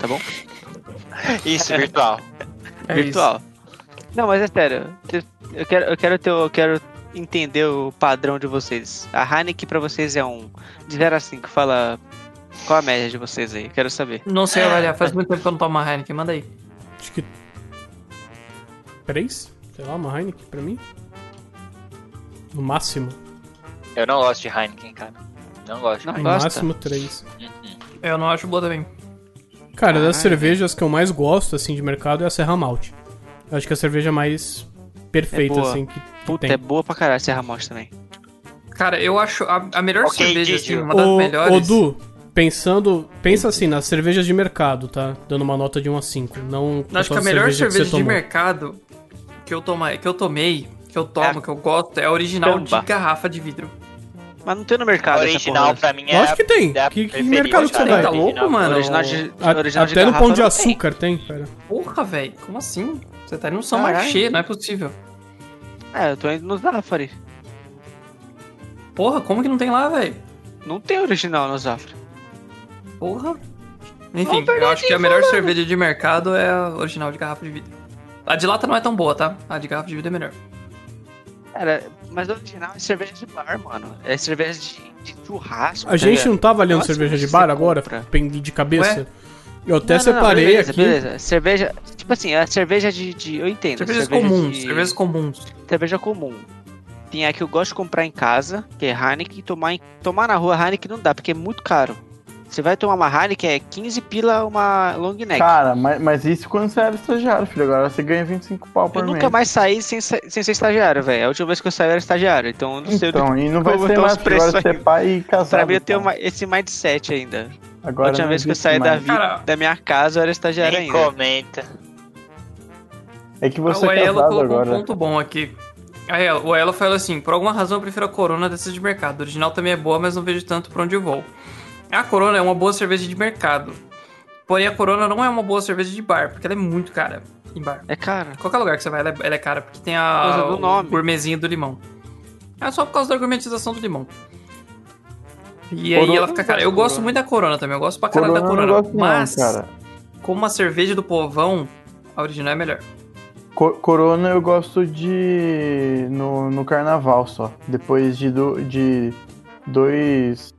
B: Tá bom?
F: Isso, virtual.
A: É
B: Virtual. Não, mas é sério. Eu quero, eu quero ter, eu quero entender o padrão de vocês. A Heineken pra vocês é um de 0 a 5. Fala qual a média de vocês aí? Quero saber.
A: isso. Não sei avaliar, faz muito tempo que eu não tomo uma Heineken, manda aí.
C: Acho que. Três? Sei lá, uma Heineken pra mim? No máximo.
F: Eu não gosto de Heineken, cara. Não gosto. de
B: Não
C: No
B: gosta?
C: máximo três.
A: Eu não acho boa também.
C: Cara, das
B: Caralho.
C: cervejas que eu mais gosto, assim, de mercado é a Serra Malte. Eu acho que é a cerveja mais perfeita,
B: É boa.
C: assim, que, que
B: Puta,
C: tem.
B: é boa pra caralho Serra Malte também.
A: Cara, eu acho a, a melhor
F: Ok,
A: cerveja,
F: Didi.
A: assim, uma das
C: Ô-
A: melhores.
C: Ô, Du, pensando... Pensa assim, nas cervejas de mercado, tá? Dando uma nota de 1 a 5. Não
A: Eu acho que a
C: sua
A: melhor
C: cerveja que
A: cerveja
C: você
A: de
C: tomou.
A: mercado que eu, toma, que eu tomei, que eu tomo,
B: É.
A: que eu gosto, é a original
B: Pamba.
A: de garrafa de vidro.
B: Mas não tem no mercado
F: A
B: essa
F: original
B: porra.
F: pra mim é.
C: Lógico que tem.
F: é a
C: Que, que
F: preferida,
C: mercado que você
F: cara.
A: Tá
C: vai?
F: Original.
A: louco, mano?
B: Original de,
C: A-
B: original de
C: até no
B: garrafa
C: Pão de
B: não tem.
C: Açúcar tem, cara.
A: Porra, velho, como assim? Você tá indo no São
B: Caralho.
A: Marché, não é possível.
B: É, eu tô indo no Zafari.
A: Porra, como que não tem lá, velho?
B: Não tem original no Zafari.
A: Porra. Enfim, eu acho que a melhor cerveja de mercado é a original de garrafa de vidro. A de lata não é tão boa, tá? A de garrafa de vidro é melhor.
B: Cara, mas original é cerveja de bar, mano. É cerveja de, de churrasco.
C: A gente não tá avaliando
B: Nossa,
C: cerveja de
B: você
C: bar agora?
B: compra.
C: Pen- De cabeça? Eu até
B: Não, não, não,
C: separei
B: beleza,
C: aqui.
B: Beleza, cerveja. Tipo assim, é cerveja de. de- eu entendo.
A: Cervejas
B: cerveja
A: comuns,
B: de-
A: cervejas comuns.
B: cerveja comum. Tem a que eu gosto de comprar em casa, que é Heineken, e tomar, em- tomar na rua Heineken não dá, porque é muito caro. Você vai tomar uma Heineken, é 15 pila uma long neck.
E: Cara, mas, mas isso quando você era estagiário, filho. Agora você ganha 25 pau por
B: eu
E: mês.
B: nunca mais saí sem, sa- sem ser estagiário, velho. A última vez que eu saí eu era estagiário, então eu não sei.
E: Então, e não vai
B: como
E: ser
B: tá
E: mais
B: os
E: porque agora
B: preços
E: você é
B: ainda.
E: pai e casado.
B: pra mim eu
A: então.
B: tenho
E: cara.
B: uma- esse mindset ainda.
E: Agora
B: a última
E: não
B: vez que eu
E: existe
B: saí da,
E: mais.
B: vi-
A: Cara,
B: da minha casa eu era estagiário
F: Nem
B: ainda.
F: comenta.
E: É que
A: A
E: você é
A: Oelo
E: casado
A: colocou
E: agora.
A: um ponto bom aqui. A Oelo- O Oelo falou assim: por alguma razão eu prefiro a Corona dessas de mercado. A original também é boa, mas não vejo tanto pra onde eu vou. A Corona é uma boa cerveja de mercado. Porém, a Corona não é uma boa cerveja de bar, porque ela é muito cara em bar.
B: É cara.
A: Qualquer lugar que você vai, ela é, ela é cara, porque tem
B: Por
A: a
B: causa do
A: o
B: nome.
A: gourmetzinho do limão. É só por causa da gourmetização do limão. E aí
E: Corona
A: ela fica
B: não
A: cara.
B: gosto
A: Eu
B: de
A: gosto
B: Corona.
A: muito da Corona também, eu gosto pra caralho da
E: Corona, eu não
A: Corona.
E: gosto não,
A: mas,
E: cara.
A: como a cerveja do povão, a original é melhor.
E: Co- corona eu gosto de. No, no carnaval só. Depois de, do, de dois.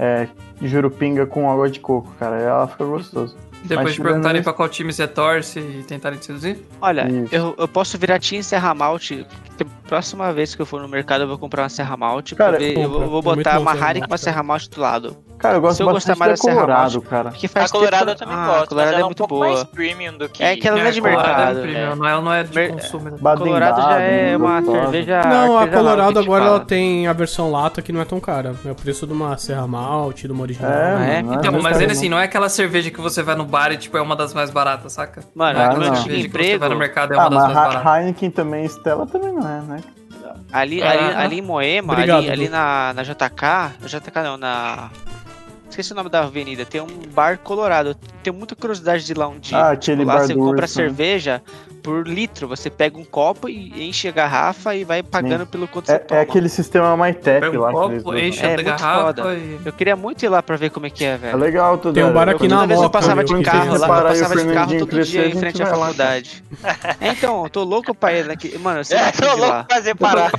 E: É, jurupinga com água de coco, cara. Ela fica gostoso.
A: Depois
E: Mas
A: de perguntarem
E: tirando
A: pra qual time você torce e tentarem te seduzir?
B: Olha,
C: Hum.
E: Isso.
B: eu, eu posso virar tia em Serra Malte. porque Próxima vez que eu for no mercado, eu vou comprar uma Serra Malte. pra
E: Cara,
B: ver- eu vou,
C: compra.
B: eu vou
C: É muito
B: botar
C: bom
B: uma
C: Serra
B: Heineken e uma
C: Malte, né?
B: Serra Malte do lado.
E: Cara, eu
B: Se
E: gosto
B: eu gostar
E: bastante
B: mais
E: da
B: da Serra
E: Colorado, cara.
B: Porque faz
F: A Colorada eu
B: tempo-
F: também
B: Ah,
F: gosto.
B: A Colorada
F: mas
B: é
F: ela um
B: muito
F: pouco mais
B: boa.
F: premium do que.
B: É aquela não é de
A: Colorado
B: mercado.
A: é
B: É.
A: premium, não é, não é de
B: Mer-
A: consumo. né?
E: Baden
B: Colorado já é uma cerveja.
C: Não, a
B: artesanal, que
C: Colorado
B: a gente
C: agora é
B: fala.
C: ela tem a versão lata que não é tão cara. É o preço de uma Serra Malte, de uma original. né?
E: É,
B: Ah, é?
E: mano, não
A: Então,
E: muito
A: mas
E: caro,
A: ainda assim, não é aquela cerveja que você vai no bar e, tipo, é uma das mais baratas, saca?
B: Mano,
E: Ah,
B: no meu
E: não.
B: antigo
A: cerveja que você
B: emprego,
A: vai no mercado é uma
E: Ah,
A: das mais
E: mas
A: baratas.
E: Ha- Heineken também, Stella também não é, né?
B: ali,
A: Ah.
B: ali, ali em Moema,
C: Obrigado,
B: ali, ali
C: Du.
B: na, na JK, JK não, na. Esqueci o nome da avenida, tem um bar colorado. Eu Tenho muita curiosidade de ir lá um dia.
E: Ah, aquele
B: lá
E: bar
B: você
E: do
B: compra
E: urso, né?
B: cerveja por litro. Você pega um copo e enche a garrafa e vai pagando pelo quanto você
E: É,
B: toma.
E: é aquele sistema MyTap
A: Pega
E: lá.
A: um
E: que eles
A: copo,
E: usam.
A: enche
B: É,
A: a
B: muito
A: garrafa
B: foda.
A: e...
B: Eu queria muito ir lá pra ver como é que é,
E: É
B: velho.
E: legal tudo.
C: Tem um bar aqui
B: Toda
C: na
B: vez eu
C: moto, né?
B: passava de
E: um
C: viu?
B: carro
C: Vocês
B: lá, eu
E: separaram e o
B: passava de carro
E: Fernandinho
B: todo dia
E: crescer,
B: em frente
E: a
B: à
E: gente vai lá,
B: faculdade. É, então, eu tô louco pra ir daqui. Mano, eu sempre
F: É,
B: quis ir
F: tô louco
B: lá.
F: pra fazer parar.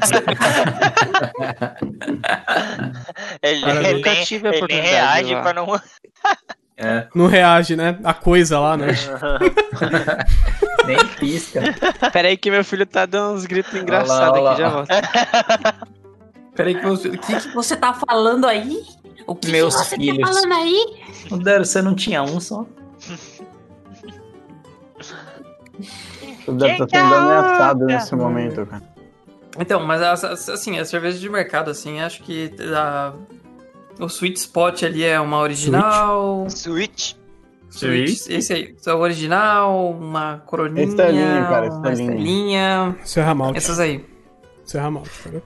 F: ele,
C: Cara, eu
F: ele,
B: nunca
F: nem-
B: tive a
F: ele nem
B: oportunidade
F: reage
B: lá.
F: pra não.
D: É,
C: Não reage, né? A coisa lá, né?
D: nem pisca.
B: Pera aí que meu filho tá dando uns gritos
D: Olha lá,
B: engraçados
D: olha
B: aqui, já
D: lá.
B: volto.
A: Peraí que você... O que, que você tá falando aí? O que, que
D: Meus
A: você
D: filhos.
A: tá falando aí?
D: Dero, você não tinha um só?
E: tá Deve estar sendo ameaçado nesse momento, cara.
A: Então, mas as- as- assim, a cerveja de mercado, assim, acho que a- o sweet spot ali é uma original.
F: Switch.
A: Sweet. Esse aí, é o original, uma coroninha.
E: Estelinha, cara,
A: uma
E: estelinha.
A: estelinha,
C: Serra Malte.
A: Essas aí.
C: Serra Malte, cara.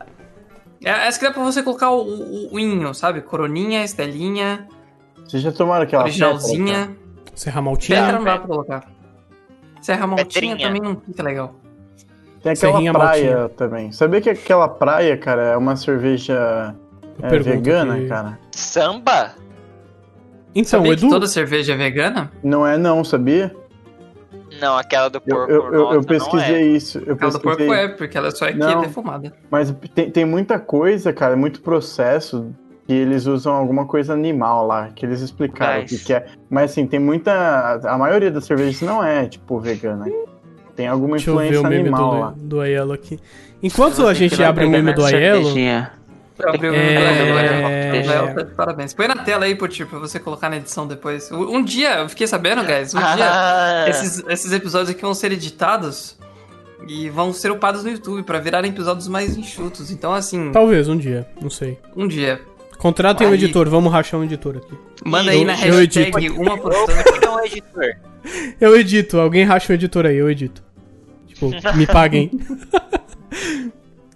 A: É, Essa que dá pra você colocar o, o, o inho, sabe? Coroninha, estelinha,
E: Vocês já tomaram aquela
A: originalzinha.
C: Serra
A: Pedra
C: Maltinha.
A: não dá pra colocar. Serra Maltinha
F: Pedrinha.
A: também não fica legal.
E: Tem aquela
C: Serrinha
E: praia também. Sabia que aquela praia, cara, é uma cerveja
C: Eu
E: é,
C: pergunto
E: vegana,
C: que-
E: cara?
F: Samba?
C: Então,
A: Sabia que
C: Edu,
A: toda cerveja é vegana?
E: Não é não, sabia?
F: Não, aquela do
E: Eu,
F: porco.
E: eu, eu,
F: nossa,
E: eu
F: não é.
E: pesquisei isso. Eu
A: Ela do porco
E: pesquisei.
A: é, porque ela só é que é
E: Não.
A: defumada.
E: Mas tem, tem muita coisa, cara, muito processo que eles usam alguma coisa animal lá, que eles explicaram
F: Mas-
E: o que, que é. Mas assim, tem muita. A maioria das cervejas não é, tipo, vegana. Tem alguma
C: deixa eu ver o
E: influência
C: meme
E: animal lá.
C: do, do Aiello aqui. Enquanto
B: Tem
C: a
B: que ir
C: gente
B: lá
C: abre o
B: pegar
C: meme
B: é minha
C: do Aiello,
B: cervejinha.
A: Abriu
C: É.
A: é...
B: Deixa.
A: Parabéns. Põe na tela aí, Potir, pra você colocar na edição depois. Um um dia, eu fiquei sabendo, guys, um dia
F: Ah,
A: esses, esses episódios aqui vão ser editados e vão ser upados no YouTube pra virarem episódios mais enxutos. Então, assim,
C: talvez um dia, não sei.
A: um dia.
C: Contratem um
A: Aí.
C: editor, vamos rachar um editor aqui.
A: Manda aí na
C: Eu edito.
A: hashtag uma
F: eu
A: porção.
F: não é editor.
C: Eu edito, alguém racha um editor aí, eu edito. Tipo, me paguem.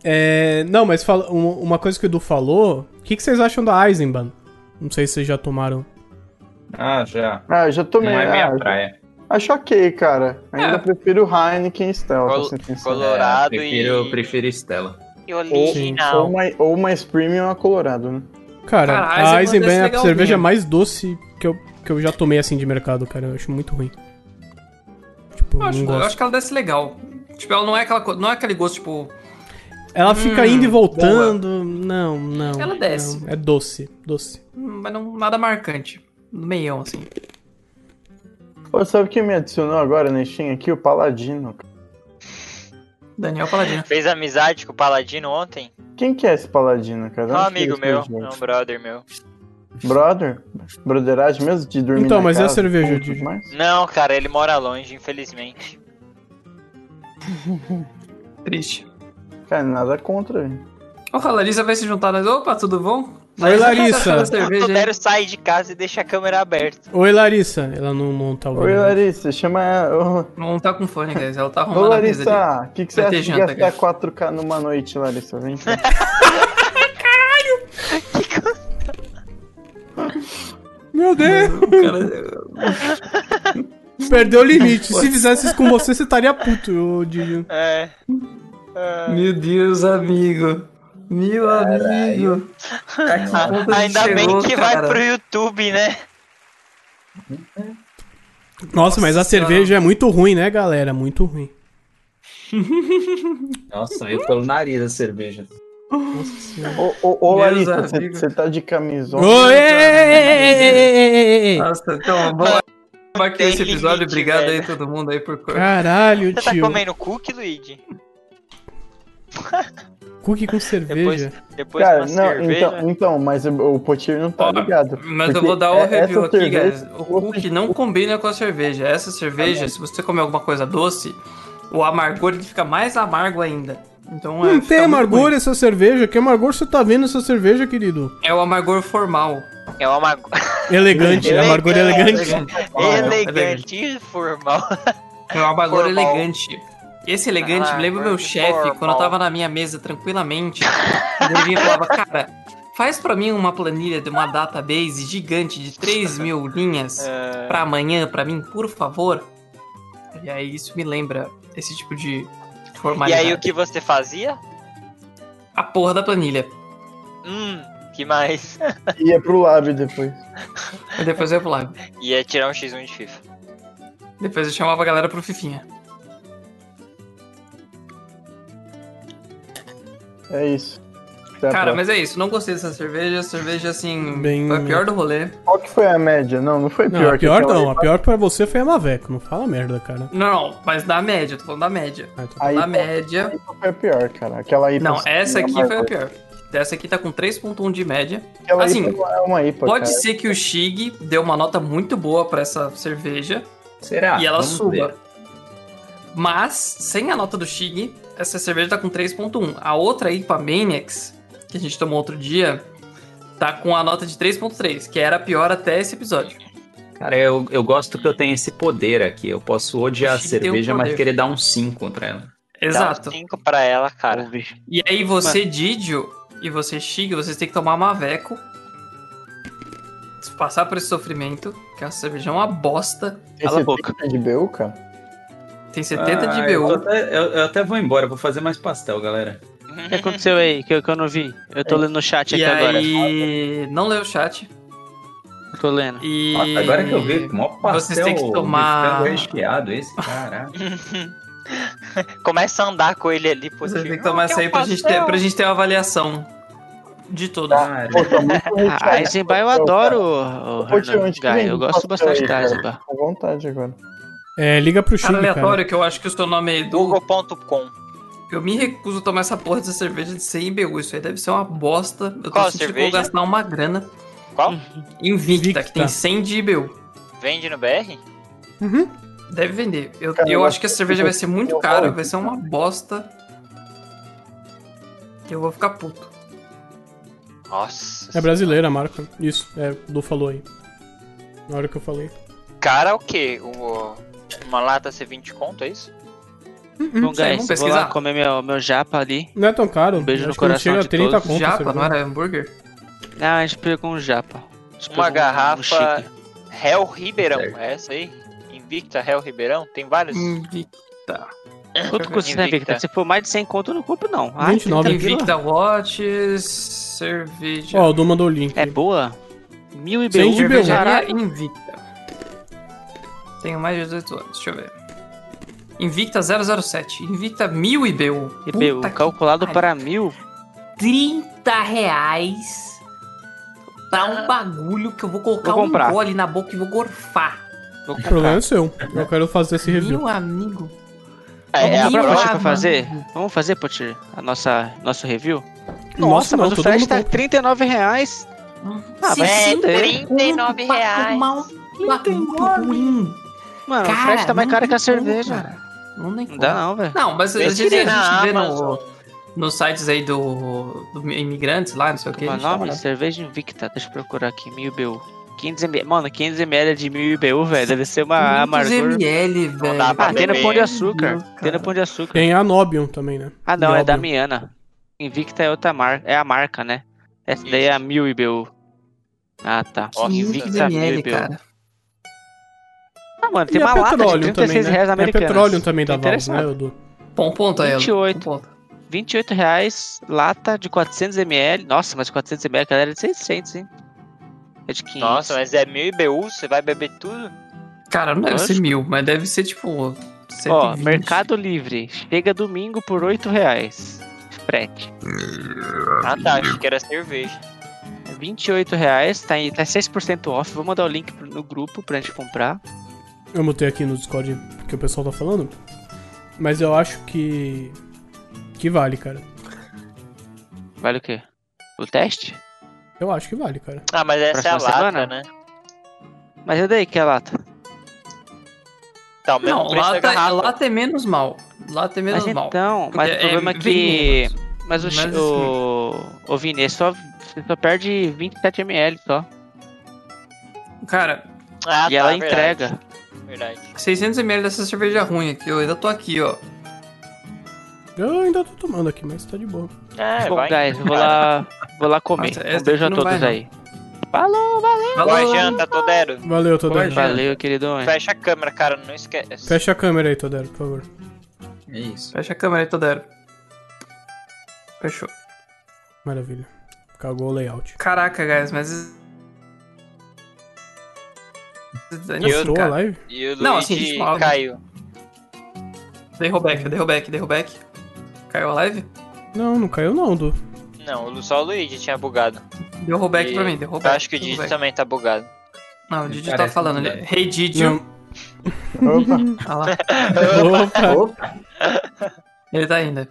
C: É, não, mas fala- um- uma coisa que o Edu falou, o que, que vocês acham da Eisenbahn? Não sei se vocês já tomaram.
D: Ah, já.
E: Ah, eu já
D: Não
E: tomei.
D: é
E: ah,
D: minha praia.
E: Acho ok, cara. Ainda
A: É.
E: prefiro Heineken e Stella, pra
F: Col-
E: ser sincero.
F: Colorado
D: É, prefiro,
F: e...
D: prefiro Estela.
F: e
E: Ou
F: original.
E: mais, ou mais premium a Colorado, né?
C: Cara,
A: Cara, a
C: a
A: Eisenbahn
C: Eisenbahn é
A: deve ser
C: a cerveja
A: legalzinha.
C: mais doce que eu, que eu já tomei assim de mercado, cara. Eu acho muito ruim. Tipo,
A: Eu acho,
C: não
A: eu
C: gosto.
A: acho que ela desce legal. Tipo, ela não é, aquela, co- não é aquele gosto, tipo.
C: Ela fica indo e
A: Hum,
C: voltando. Não, não.
A: Ela desce.
C: não. É doce, doce.
A: hum, Mas não, nada marcante. No meião, assim.
E: Pô, sabe quem me adicionou agora na Steam aqui? O Paladino. cara.
A: Daniel Paladino.
F: Fez amizade com o Paladino ontem?
E: Quem que é esse Paladino, cara?
F: É um
E: Onde que
F: amigo
E: ele
F: meu,
E: surgiu?
F: é um brother meu.
E: Brother? Brotheragem mesmo de dormir
C: Então,
E: na
C: mas e a
E: casa,
C: cerveja,
E: tudo
C: Didi?
E: mais?
F: Não, cara, ele mora longe, infelizmente.
A: Triste.
E: Cara, nada contra, velho.
A: Ó, a Larissa vai se juntar. Nós... Opa, tudo bom?
C: Oi, Larissa.
A: Tá achando a
F: O
A: cerveja, aí?
F: Totero sai de casa e deixa a câmera aberta.
C: Oi, Larissa. Ela não monta o
E: Oi, Larissa, chama ela. Ô,
A: Não tá com fone, guys. Ela tá
E: Ô,
A: arrumando a mesa ali.
E: Larissa, o que, que você
A: Vai ter
E: acha de
A: janta,
E: gastar
A: cara.
E: 4K numa noite, Larissa? Vem cá.
C: Meu Deus!
A: Cara,
C: Perdeu o limite. Se fizesse isso com você, você estaria puto, ô Didi.
F: É.
A: Meu Deus, amigo. Meu amigo. ponto a gente
F: Ainda
A: chegou,
F: bem que
A: cara.
F: vai pro YouTube, né?
C: Nossa, mas a
A: Nossa.
C: cerveja é muito ruim, né, galera? Muito ruim.
D: Nossa, veio pelo nariz a cerveja.
E: Ô, ô, ô,
A: Meus
E: Larissa, você-
A: amigos.
E: você tá de camisão.
C: Oi! ei, ei, ei, ei, ei, ei, ei.
A: Nossa, então, vamos acabar aqui
F: Tem
A: esse episódio.
F: limite,
A: Obrigado
F: velho.
A: aí, todo mundo aí, por
C: Caralho,
F: Você tá
C: tio.
F: comendo cookie, Luigi?
C: Cookie com
F: Depois,
C: cerveja.
F: depois
E: Cara,
F: de
E: não,
F: uma cerveja.
E: então, então, mas o o Potir não tá
A: Ó,
E: ligado.
A: Mas eu
E: porque
A: vou dar
E: é-
A: o
E: essa
A: review aqui, guys.
E: cerveja-
A: O cookie não combina com a cerveja. Essa
E: Tá
A: cerveja, se você comer alguma coisa doce, o amargor ele fica mais amargo ainda. Então é.
C: Não
A: fica
C: tem
A: muito
C: amargor
A: ruim.
C: essa cerveja. Que amargor você tá vendo essa cerveja, querido?
A: É o amargor formal.
F: É uma mago...
C: Elegante, né? amargor elegante.
F: elegante e formal.
A: É o amargor
F: Formal.
A: elegante. Esse elegante
F: Ah,
A: me lembra o meu
F: Amargor
A: chefe,
F: formal.
A: quando eu tava na minha mesa tranquilamente. O gordinho falava, cara, faz pra mim uma planilha de uma database gigante de 3 mil linhas.
F: É,
A: pra amanhã, pra mim, por favor. E aí isso me lembra esse tipo de
F: E
A: formalidade.
F: aí, o que você fazia?
A: A porra da planilha.
F: Hum, que mais?
E: Ia pro lab depois.
A: E depois eu ia pro live.
F: Ia tirar um X1 de FIFA.
A: Depois eu chamava a galera pro Fifinha.
E: É isso. Até
A: Cara,
E: a próxima.
A: mas é isso. Não gostei dessa cerveja. Cerveja, assim,
C: Bem-
A: foi a pior do rolê.
E: Qual que foi a média? Não, não foi pior.
C: Não, a
E: que
C: pior
E: aquela
C: não.
E: ali.
C: A pior pra você foi a Maveco. Não fala merda, cara.
A: Não, não, mas da média. eu Tô falando da média.
C: Ah, então.
E: Aí, tá.
A: Da média.
E: qual foi a pior, cara. Aquela IPA.
A: Não, essa aqui foi a
E: a
A: pior. Essa aqui tá com 3.1 de média.
E: Aquela
A: assim,
E: IPA não é uma IPA, cara.
A: Pode ser que o Shig deu uma nota muito boa pra essa cerveja
D: Será?
A: e ela
D: Ah, Vamos
A: suba.
D: ver.
A: Mas, sem a nota do Shig, essa cerveja tá com 3.1. A outra IPA Maniacs, que a gente tomou outro dia, tá com a nota de 3.3, que era a pior até esse episódio.
D: Cara, eu, eu gosto que eu tenho esse poder aqui. Eu posso odiar a
A: Acho que tem um
D: cerveja, mas
A: poder.
D: querer dar um 5 pra ela.
A: Exato.
F: Dá 5 pra ela, cara.
A: E aí você, Didio, e você, Shig, vocês têm que tomar Maveco. Passar por esse sofrimento, que a cerveja é uma bosta.
B: Cala a boca.
E: É de Belca?
A: Tem 70
D: Ah,
A: de um.
D: Eu, tô
A: BU.
D: até, eu- eu até vou embora, vou fazer mais pastel, galera.
B: O que aconteceu aí que eu, que eu não vi? Eu tô lendo no chat aqui
A: E
B: agora.
A: aí. Não leu o chat.
B: Tô lendo.
A: E.
D: Nossa, agora que eu vi, mó pastel.
A: Vocês têm que tomar-
D: de frango recheado esse, caraca.
F: Começa a andar com ele ali, pô.
A: Vocês
F: assim,
A: têm que
F: "Não,
A: tomar
F: quer
A: essa aí
F: um
A: pra gente, ter,
F: pastel?"
A: pra gente ter uma avaliação de tudo.
D: Cara,
E: Pô, tá muito
B: A a
E: recheado.
B: Eisenbach Ah, eu
E: Pastel,
B: adoro,
E: cara.
B: o,
E: Ô, tio, onde que vende
B: Eu gosto
E: pastel
B: bastante
E: aí,
B: da
E: cara?
B: Eisenbach.
E: Fica à vontade agora.
C: É, liga pro Shig,
A: Cara
C: cara.
A: aleatório, que eu acho que o seu nome é Edu.
F: Google.com.
A: Eu me recuso a tomar essa porra dessa cerveja de 100 IBU. Isso aí deve ser uma bosta. Eu tô
F: Qual
A: sentindo que eu
F: cerveja?
A: vou gastar uma grana.
F: Qual?
A: Invicta,
C: Invicta.
A: que tem 100 de IBU.
F: Vende no BR?
C: Uhum.
A: Deve vender. Eu,
E: Cara,
A: eu
E: eu
A: acho que a cerveja vai ser muito
E: eu
A: cara,
E: vou-
A: vai ser uma bosta. Eu vou ficar puto.
F: Nossa.
C: É brasileira a marca. Isso, é, o Du falou aí. Na hora que eu falei.
F: Cara, o quê? O- Uma lata C20 conto, é isso?
A: sei,
B: Bom,
A: vamos
B: guys, vou lá
A: pesquisar.
B: comer meu, meu japa ali.
C: Não é tão caro.
B: Um beijo
C: acho
B: no
C: que não
B: coração
C: chega a
B: de
C: 30
B: todos.
C: conto.
A: Japa,
C: sabe?
A: não era hambúrguer?
B: Ah, a gente pegou um japa. A gente pegou
F: Uma
B: um- um
F: garrafa
B: chique.
F: Hell Ribeirão.
D: Certo.
F: É essa aí? Invicta Hell Ribeirão? Tem vários.
A: Hum, Invicta.
B: Quanto custa essa
F: Invicta.
B: Victor? Se for mais de 100 conto, eu não compro, não. Ah, Ai,
C: 29.
B: 30 pila.
A: Invicta Watches, cerveja.
C: Ó, o Du mandou o link.
B: É boa? Mil e
C: Sem de
B: bem.
C: bem.
A: Cervejaria Invicta. Tenho mais de 18 anos, deixa eu ver. Invicta 007, Invicta 1000 IBU.
B: E um, meu,
A: um. Puta que
B: calculado
A: pariu.
B: para mil.
A: 30 reais pra um bagulho que eu vou colocar
B: Ah. Vou
A: um
B: comprar.
A: gole na boca e vou gorfar.
B: Vou
C: O problema
B: comprar.
C: é seu. Eu quero fazer esse review.
A: Meu amigo.
F: É, é a
B: Dá pra
A: Mil
B: Potir
A: lá,
B: pra
A: mano.
B: fazer? Vamos fazer, Potir, a nossa nosso review?
C: Nossa,
B: Nossa,
C: não,
B: mas
C: todo
B: o frete
C: mundo
B: tá
C: compra.
B: 39 reais. Ah, mas
A: R$
B: é
A: 60
F: 39
A: pra
F: reais.
A: tomar um bagulho ruim.
B: Mano, o
A: Cara,
B: frete tá mais
A: não
B: caro
A: tem
B: que a
A: como,
B: cerveja.
A: cara. Não tem
B: Não
A: como.
B: dá não, velho.
A: Não, mas a gente,
F: Pesquisei
A: a gente
F: na
A: vê no,
F: Amazon.
A: nos sites aí do, do imigrantes lá, não sei o que.
B: Como é o nome? Cerveja Invicta. Deixa eu procurar aqui. 1000 BU. 500ml. Mano, 500ml de 1000 BU, velho. Deve ser uma amargura.
A: ml, velho.
F: dá pra
B: Ah, tem no
F: beber.
B: Pão de Açúcar.
A: Meu Deus,
B: Tem
A: cara.
B: no Pão de Açúcar.
C: Tem a Nobium também, né?
B: Ah, não. É
C: Nobium.
B: da Miana. Invicta é outra marca. É a marca, né? Essa daí é a 1000 IBU. Ah, tá.
F: Ó,
A: 500
B: Invicta 1000
A: ml,
B: IBU.
A: cara.
B: Ah, mano, tem
C: E
B: uma
C: é
B: lata de
C: petróleo
B: 36
C: também, né?
B: reais
C: É
B: americanas.
C: petróleo também da
B: Tô
C: Valve, né,
B: interessado.
C: Edu?
A: Bom ponto aí, Elo.
B: 28.
A: Bom ponto.
B: 28 reais, lata de 400ml. Nossa, mas 400ml, galera, é de 600, hein? É de 500.
F: Nossa, mas é 1000 IBU, você vai beber tudo?
A: Cara, não deve ser
B: Lógico.
A: mil, mas deve ser tipo. 120.
B: Ó, Mercado Livre. Chega domingo por 8 reais. Frete.
F: Ah tá, acho que era cerveja.
B: É 28 reais, tá, em, tá 6% off. Vou mandar o link pro- no grupo pra gente comprar.
C: Eu mutei aqui no Discord que o pessoal tá falando. Mas eu acho que. Que vale, cara.
B: Vale o quê? O teste?
C: Eu acho que vale, cara.
F: Ah, mas essa é a
B: Próxima
F: lata,
B: semana?
F: né?
B: Mas e daí que é a lata?
F: Tá, o mesmo
A: Não,
F: preço da
A: lata,
F: garrafa.
A: lata é menos mal. Lata é menos
B: Mas
A: mal.
B: então, mas o
A: Porque
B: problema é,
A: bem
B: que.
A: menos.
B: Mas o,
A: Mas
B: chi-
A: assim-
B: o, o Vini, só, você só perde 27ml só.
A: Cara,
F: Ah,
B: e ela
F: tá,
B: entrega.
F: Verdade.
A: 600ml dessa cerveja é ruim aqui, eu ainda tô aqui, ó.
C: Eu ainda tô tomando aqui, mas tá de boa.
F: verdade. É,
B: Bom,
F: vai.
B: guys, vou lá, vou lá comer.
A: Nossa, essa
B: um beijo a
A: aqui não vai,
B: todos
A: não.
B: aí. Falou,
F: Boa janta, Todero.
C: Valeu, Todero.
D: Vai,
B: valeu, querido.
F: tá Fecha a câmera, cara, não esquece.
C: Fecha a câmera aí, Todero, por favor.
D: É isso.
A: Fecha a câmera aí, Todero. Fechou.
C: Maravilha. Cagou o layout.
A: Caraca, guys, mas.
F: Eu-
C: Mostrou a
A: assim, cara,
C: live?
F: E o
A: Não,
F: Luigi
A: assim, tipo, a-
F: caiu.
A: Dei rollback, dei rollback, dei rollback. Caiu a live?
C: Não, não caiu não, Du.
F: Não, o Lu- só o Luigi tinha bugado.
A: Deu rollback
F: E-
A: pra mim, deu
F: Eu
A: rollback.
F: acho que o
A: deu
F: Didi
A: rollback.
F: também tá bugado.
A: Não, o Didi tá
D: Parece
A: falando
D: que
A: ali. Hey, Didi.
C: Não.
E: Opa,
A: Olha lá.
B: um-
C: Opa.
E: opa.
A: Ele tá ainda.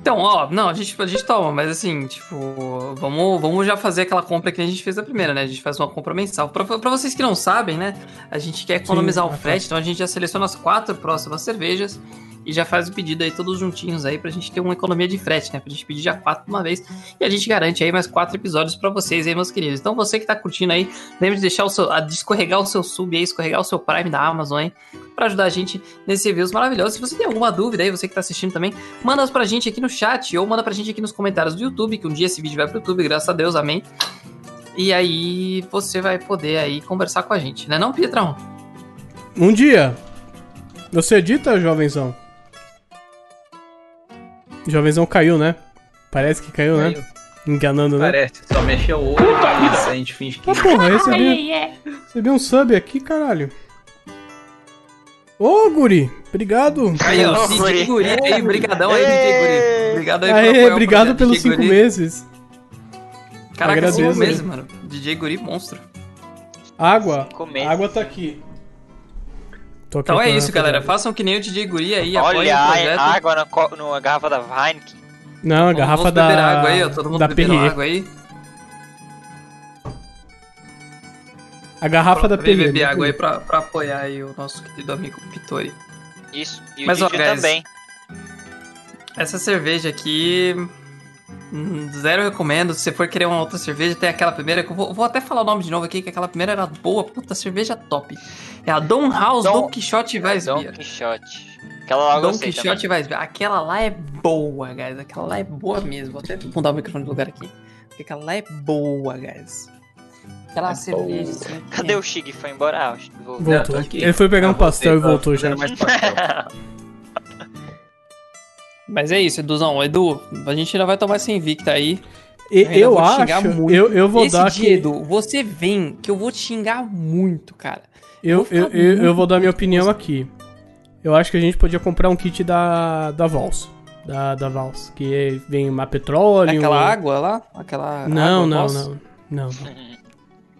A: Então, ó, não, a gente, a gente toma, mas assim, tipo, vamos, vamos já fazer aquela compra que a gente fez na primeira, né? A gente faz uma compra mensal. Pra, pra vocês que não sabem, né? A gente quer economizar
C: é
A: o frete, então a gente já seleciona as quatro próximas cervejas e já faz o pedido aí todos juntinhos aí pra gente ter uma economia de frete, né? Pra gente pedir já quatro de uma vez e a gente garante aí mais quatro episódios pra vocês aí, meus queridos. Então você que tá curtindo aí, lembre de deixar o seu, a, de escorregar o seu sub aí, escorregar o seu Prime da Amazon aí, pra ajudar a gente nesses reviews maravilhosos. Se você tem alguma dúvida aí, você que tá assistindo também, manda pra gente aqui no chat ou manda pra gente aqui nos comentários do YouTube, que um dia esse vídeo vai pro YouTube, graças a Deus, amém. E aí você vai poder aí conversar com a gente, né não, Pietrão?
C: Um dia. Você edita, jovenzão? Jovenzão caiu, né? Parece que
D: Tá.
C: caiu, né? Enganando, né?
D: Parece, só mexeu o olho e a gente finge que.
C: Mas porra, eu
H: Ai,
C: recebi,
H: ai, ai.
C: recebi um sub aqui, caralho. Ô, Guri! Obrigado!
A: Aí, ó,
F: Ô,
A: DJ
F: Guri.
A: Guri aí, brigadão aí,
F: Ei.
A: DJ Guri. Obrigado aí
C: Aê,
A: apoiar o
C: obrigado
A: projeto,
C: pelos
A: DJ
C: cinco
A: Guri.
C: meses.
A: Caraca,
C: Agradeço,
A: cinco
C: né?
A: meses, mano. DJ Guri, monstro.
C: Água.
F: Cinco meses.
C: Água tá aqui. Tô aqui
A: Então é
C: pra-
A: isso, galera. Façam que nem o DJ Guri aí, apoiem
F: Olha,
A: o
F: ai,
A: é um projeto.
F: água na, co- numa garrafa da Heineken.
C: Não, a
A: Vamos-
C: garrafa
A: vamos
C: da.
A: beber água aí, ó. Todo mundo
C: da
A: bebendo
C: Perrier.
A: água aí.
C: A garrafa da
A: Vem
C: Perrier.
A: beber
C: né?
A: água aí pra, pra apoiar aí o nosso querido amigo Pitori.
F: Isso. E
A: Mas, ó,
F: o Didi
A: guys,
F: também.
A: Essa cerveja aqui. hum, Zero recomendo. Se você for querer uma outra cerveja, tem aquela primeira. Que eu vou, vou até falar o nome de novo aqui, que aquela primeira era boa, puta cerveja top. É a Don House
F: Don-
A: Don, Quixote
F: Don
A: Weissbier.
F: Quixote. Aquela lá eu
A: Don
F: gostei
A: Quixote Weissbier. Aquela lá é boa, guys. Aquela lá é boa mesmo. Vou até mudar o microfone do lugar aqui. Porque aquela lá é boa, guys. Aquela cerveja. assim,
F: também.
A: que
F: É Cadê
A: é-
F: o Shig? Foi embora? Ah, o Shig voltou.
D: Não,
C: Voltou.
A: tá
D: tô aqui.
C: Ele foi pegar
D: Ah,
C: um pastel
D: voltei,
C: e voltou,
D: tava
C: gente.
D: fazendo mais pastel.
A: Mas é isso, Eduzão. Edu, a gente ainda vai tomar essa invicta aí.
C: E-
A: Ainda
C: eu
A: vou te xingar
C: acho.
A: muito.
C: Eu, eu vou
A: Esse
C: dar
A: dia,
C: aqui.
A: Edu, você vem que eu vou te xingar muito, cara.
C: Eu,
A: vou ficar
C: eu, eu, eu
A: muito
C: vou dar minha opinião aqui. Eu acho que a gente podia comprar um kit da, da Vals. Da, da Vals. Que vem uma petróleo.
A: Aquela água lá? Aquela
C: Não,
A: água
C: não,
A: nossa?
C: não, não.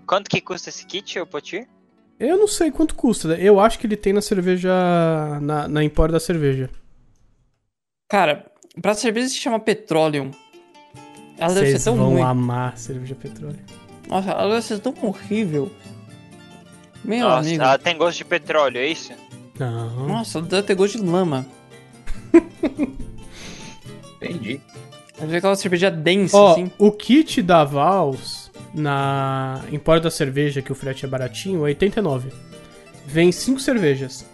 F: Quanto que custa esse kit, ô Potir?
C: Eu não sei quanto custa. Eu acho que ele tem na cerveja. Na, na Empório da Cerveja.
A: Cara, pra cerveja se chama Petroleum. Ela Ah, deve
C: Vocês
A: ser tão
C: vão
A: ruim.
C: amar cerveja petróleo.
A: Nossa, ela deve ser tão horrível. Meu
F: Nossa, ah.
A: amigo.
F: ela tem gosto de petróleo, é isso?
C: Não.
A: Nossa, deve ter gosto de lama.
D: Entendi.
A: Deve ser aquela cerveja densa,
C: Ó,
A: assim.
C: o kit da Vals na Empório da Cerveja, que o frete é baratinho, é 89. Vem cinco cervejas.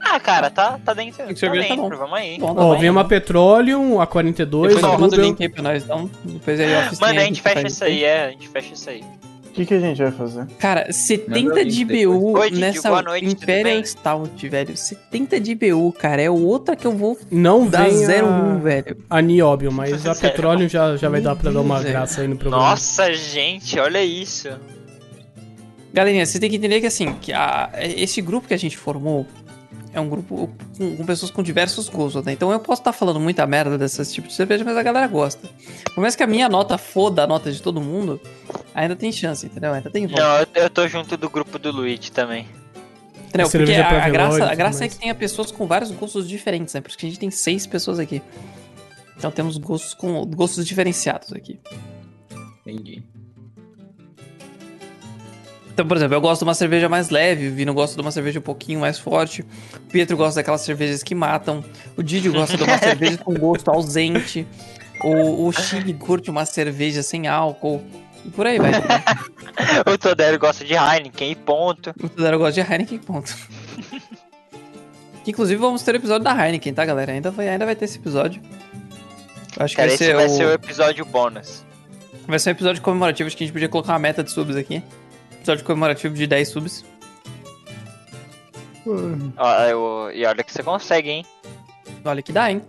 F: Ah, cara, tá, tá dentro.
A: Tem que
F: tá
A: cerveja, tá
F: dentro,
A: bom.
F: vamos aí.
A: Bom, tá
C: Ó,
A: bom.
C: vem uma Petroleum, a 42,
A: Depois
C: a
A: você manda o
C: Double.
A: link aí pra nós, então. Depois aí, ó,
F: Mano, a
A: tem
F: gente
A: pra
F: fecha isso aí, é, a gente fecha isso aí.
E: O que, que a gente vai fazer?
A: Cara, 70
D: link
A: de
D: depois.
A: BU
F: Oi, Didi,
A: nessa
F: boa noite, tudo
A: Imperial
F: bem?
A: Stout, velho. 70 de BU, cara. É outra que eu vou
C: Não
A: dar
C: vem
A: 01,
C: a,
A: velho.
C: a Nióbio, mas a
F: Zero.
C: Petroleum já, já vai dar pra dar uma
A: Meu Deus,
C: graça aí no programa.
F: Nossa, gente, olha isso.
A: Galerinha, você tem que entender que assim, que a, esse grupo que a gente formou é um grupo com, com pessoas com diversos gostos, né? Então eu posso estar falando muita merda desses tipos de cerveja, mas a galera gosta. Por mais que a minha nota foda a nota de todo mundo, ainda tem chance, entendeu? Ainda tem volta.
F: Não, eu, eu tô junto do grupo do Luigi também.
A: Entendeu? Porque
C: Cerveja pra
A: a, a graça,
C: velório e
A: a graça
C: tudo
A: é
C: mais.
A: que tenha pessoas com vários gostos diferentes, né? Porque a gente tem seis pessoas aqui. Então temos gostos com gostos diferenciados aqui.
D: Entendi.
A: Então, por exemplo, eu gosto de uma cerveja mais leve, o Vino gosta de uma cerveja um pouquinho mais forte, o Pietro gosta daquelas cervejas que matam, o Didi gosta de uma cerveja com gosto ausente, o, o Chile curte uma cerveja sem álcool, e por aí vai. né?
F: O Todero gosta de Heineken e ponto.
A: O Tadaro gosta de Heineken, ponto. Que, Inclusive, vamos ter o episódio da Heineken, tá, galera? Ainda vai, ainda vai ter esse episódio. Eu Acho que
F: Cara,
A: vai
F: esse
A: ser,
F: vai
A: o,
F: ser o episódio bônus.
A: vai ser um episódio comemorativo, acho que a gente podia colocar uma meta de subs aqui. Episódio comemorativo de 10 subs.
F: Ó, eu- e olha que você consegue, hein?
A: Olha que dá, hein?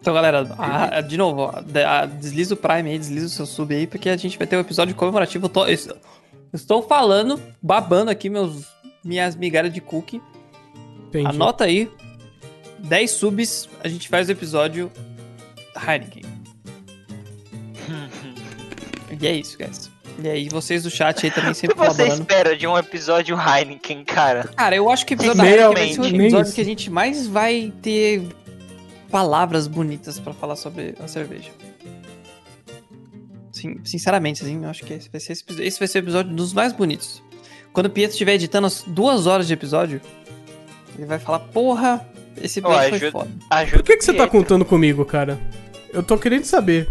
A: Então, galera, a- a- de novo, ó, de- a- desliza o Prime aí, desliza o seu sub aí, porque a gente vai ter um episódio comemorativo. Eu tô- es- estou falando, babando aqui meus, minhas migalhas de cookie.
C: Entendi.
A: Anota aí. 10 subs, a gente faz o episódio Heineken. e é isso, guys. E aí, vocês do chat aí também
F: O que
A: sempre
F: você
A: colaborando.
F: espera de um episódio Heineken, cara?
A: Cara, eu acho que o episódio da
F: Meio
A: Heineken vai ser o
C: mente.
A: episódio
C: Meio
A: que a gente mais vai ter palavras bonitas pra falar sobre a cerveja. Sim, sinceramente, assim, eu acho que esse vai, ser, esse episo- esse vai ser o episódio dos mais bonitos. Quando o Pietro estiver editando as duas horas de episódio, ele vai falar, porra, esse
F: Ó,
A: episódio foi
F: ajuda-
A: foda.
F: Ajuda
C: Por que, que você tá
F: Pietro.
C: contando comigo, cara? Eu tô querendo saber.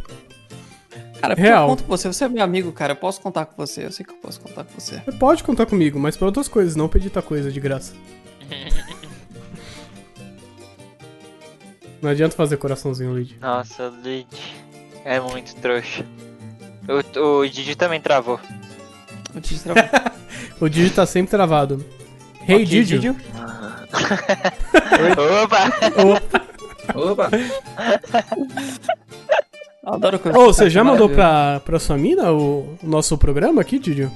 A: Cara,
C: Real.
A: eu conto com você, você é meu amigo, cara, eu posso contar com você, eu sei que eu posso contar com você.
C: Você pode contar comigo, mas pra outras coisas, não pra editar coisa de graça. Não adianta fazer coraçãozinho, Luigi.
F: Nossa, o Didi é muito trouxa. O, o Didi também travou.
A: Eu te destravou.
C: O Digi tá sempre travado. Hey,
A: Ok,
C: Didi.
A: Didio.
F: Opa!
D: Opa!
A: Eu Adoro quando tá
C: Ô, você já mandou
A: Maravilha.
C: pra, pra sua mina o, o nosso programa aqui, Didi?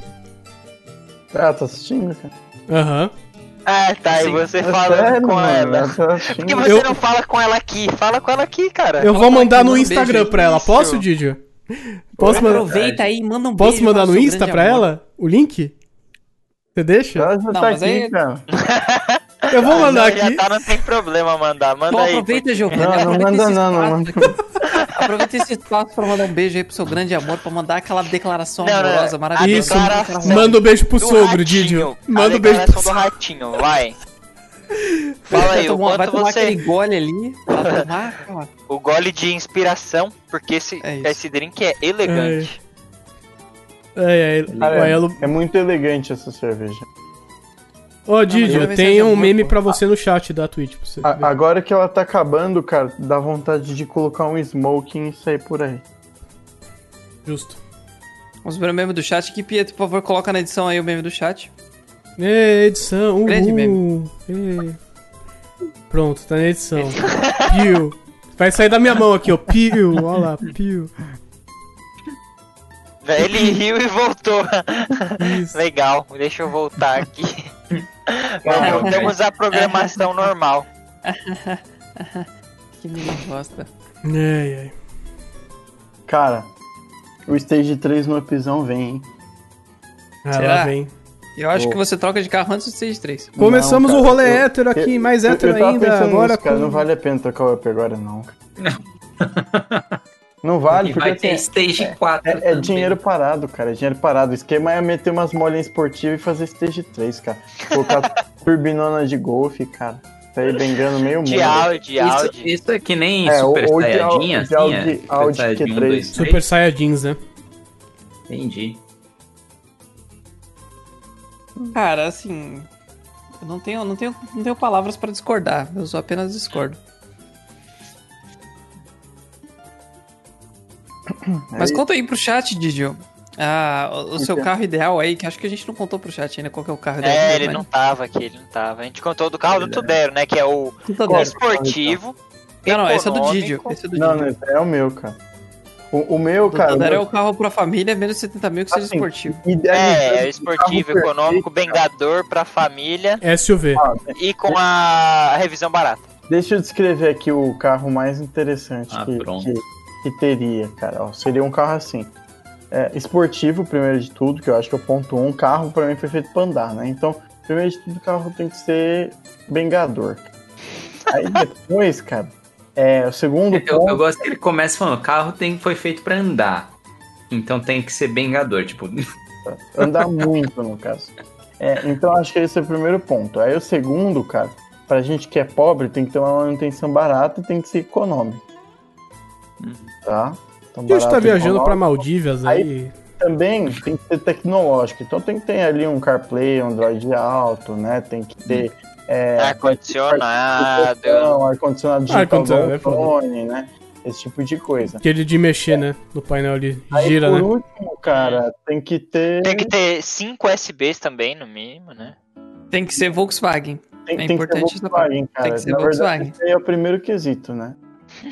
E: Ah, tá assistindo, cara?
C: Aham.
F: Ah, tá, e você
E: É
F: falando
E: sério,
F: com
E: mano,
F: ela.
E: ela tá
F: Por
E: assistindo.
F: que você
C: Eu-
F: não fala com ela aqui? Fala com ela aqui, cara.
C: Eu vou mandar no
A: manda um
C: Instagram
A: beijo,
C: pra ela.
F: isso.
C: Posso, Didi? Posso, mandar-
A: Aproveita aí e manda um
C: posso
A: beijo
C: mandar
A: para o
C: no
A: seu
C: Insta
A: grande
C: pra
A: amor.
C: ela o link? Você deixa?
E: Ela já tá
A: mas
E: aqui,
A: aí-
E: cara.
C: Eu vou
F: Ah,
C: mandar
F: não,
C: aqui.
F: Já tá, não tem problema mandar. Manda
A: Então
F: aí.
A: aproveita, Giovanni.
E: Não, não
A: aproveita
E: manda
A: esse
E: não, não
A: espaço aqui. Aproveita esse espaço pra mandar um beijo aí pro seu grande amor, pra mandar aquela declaração
F: Não, não, não.
A: amorosa,
F: A
A: maravilhosa.
F: declaração-
A: Manda-
C: Manda um beijo pro
F: Do
C: sogro,
F: ratinho.
C: Didi.
F: Manda
C: Manda
F: a
C: um beijo pro
F: declaração do ratinho, vai. Fala
A: vai
F: um aí, o
A: tomar, vai
F: quanto
A: tomar
F: você...
A: aquele gole ali, vai tomar, ó,
F: O gole de inspiração, porque esse,
A: É isso.
F: esse drink é elegante.
C: É, é,
E: Cara,
C: o Elo.
E: É muito elegante essa cerveja.
C: Ô,
A: mas
C: Didi,
A: Ah, eu
C: eu
A: também
C: tenho
A: sei
C: um
A: amor,
C: meme
A: pô.
C: pra você no chat da Twitch. Pra
F: Ah,
C: você ver.
E: A- agora que ela tá acabando, cara, dá vontade de colocar um smoking e sair por aí.
C: Justo.
A: Vamos ver o meme do chat aqui, Pietro, por favor, coloca na edição aí o meme do chat.
C: É, edição. Uhul.
A: Grande
C: É. Pronto, tá na edição. Piu. Vai sair da minha mão aqui, ó. Piu. Olha lá, piu.
F: Daí Né? Ele riu e voltou.
C: Isso.
F: Legal, deixa eu voltar aqui.
D: Calma,
F: Voltamos à programação normal.
A: Que menino bosta.
C: Ai, ai.
E: Cara, o Stage 3 no Episão vem, hein?
C: Ah, lá
A: Será?
C: vem.
A: Eu acho
E: Pô.
A: que você troca de carro antes do stage 3.
C: Começamos
E: cara,
C: o rolê
E: eu-
C: hétero aqui,
E: eu-
C: mais
E: eu-
C: hétero
E: eu tava
C: ainda.
E: pensando
C: Agora
E: nisso, cara,
C: com-
E: não vale a pena tocar o up agora, não. cara. Não vale,
D: E vai ter
E: porque tem,
D: stage 4.
E: é, é
D: também.
E: dinheiro parado, cara. É dinheiro parado. O esquema é meter umas molinhas esportivas e fazer stage 3, cara. Colocar turbinona de golfe, cara. Sair bengando meio mundo.
F: De áudio, de
D: Isso,
F: áudio.
D: isso é que nem
E: É,
D: Super
E: ou- ou de
D: Saiyajin,
E: Audi-
D: assim,
E: de
D: é?
E: Audi-
D: Super
E: Audi
D: Saiyajin
E: Q3.
D: 1, 2, 3?
C: Super Saiyajins, né?
D: Entendi.
A: Cara, assim. Eu não tenho, não tenho, não tenho palavras pra discordar. Eu só apenas discordo. Mas
E: Aí-
A: conta aí pro chat, Didio. Ah, o, o seu
E: Então.
A: carro ideal aí, que acho que a gente não contou pro chat ainda qual que é o carro ideal.
F: É,
A: dele,
F: ele
A: mas-
F: não tava aqui, ele não tava. A gente contou do carro do Tudero, né? Que é o
A: Tudo
E: Qual?
A: desse.
F: esportivo.
A: Não, não, esse é do
F: econômico.
A: Didio. Esse é do Didio.
E: Não, não, é o meu, cara. O, o meu, cara.
A: Tudo
E: meu-
A: era o carro pra família, menos 70 mil que seja
E: Assim,
A: esportivo.
E: idealizando
F: É, esportivo,
E: carro
F: econômico,
E: perfeito, Ah,
F: bengador pra família
C: SUV.
F: e com a revisão barata.
E: Deixa eu descrever aqui o carro mais interessante
D: Ah,
E: que,
D: pronto.
E: que, que teria, cara. Ó, seria um carro assim. É, esportivo, primeiro de tudo, que eu acho que é o ponto um. Carro, pra mim, foi feito pra andar, né? Então, primeiro de tudo, o carro tem que ser bengador. Aí depois, cara, é, o segundo
D: Eu, eu
E: ponto...
D: gosto que ele começa falando, carro tem, foi feito pra andar. Então tem que ser bengador, tipo,
E: Andar Então muito, no caso. É, então, acho que esse é o primeiro ponto. Aí o segundo, cara, pra gente que é pobre, tem que ter uma manutenção barata e tem que ser econômico.
D: Uhum.
E: Tá? Então,
C: A gente tá
E: barato,
C: viajando pra
E: econômico.
C: Maldivas aí.
E: também tem que ser tecnológico. Então tem que ter ali um CarPlay, um Android alto, né? Tem que ter. É,
F: Né? Ar-condicionado.
E: botão, ar-condicionado digital do
C: Ar-condicionado, é foda.
E: iPhone, né? Esse tipo de coisa.
C: Aquele de mexer, né? No painel ali.
E: Aí,
C: Gira,
E: por
C: né?
E: último, cara, tem que ter.
F: Tem que ter 5 SBs também, no mínimo, né?
A: Tem que ser Volkswagen.
E: Tem,
A: é
E: tem
A: importante
E: que
A: essa
E: ser Volkswagen, cara.
A: Tem que ser
E: Na
A: Volkswagen.
E: verdade, esse aí é o primeiro quesito, né?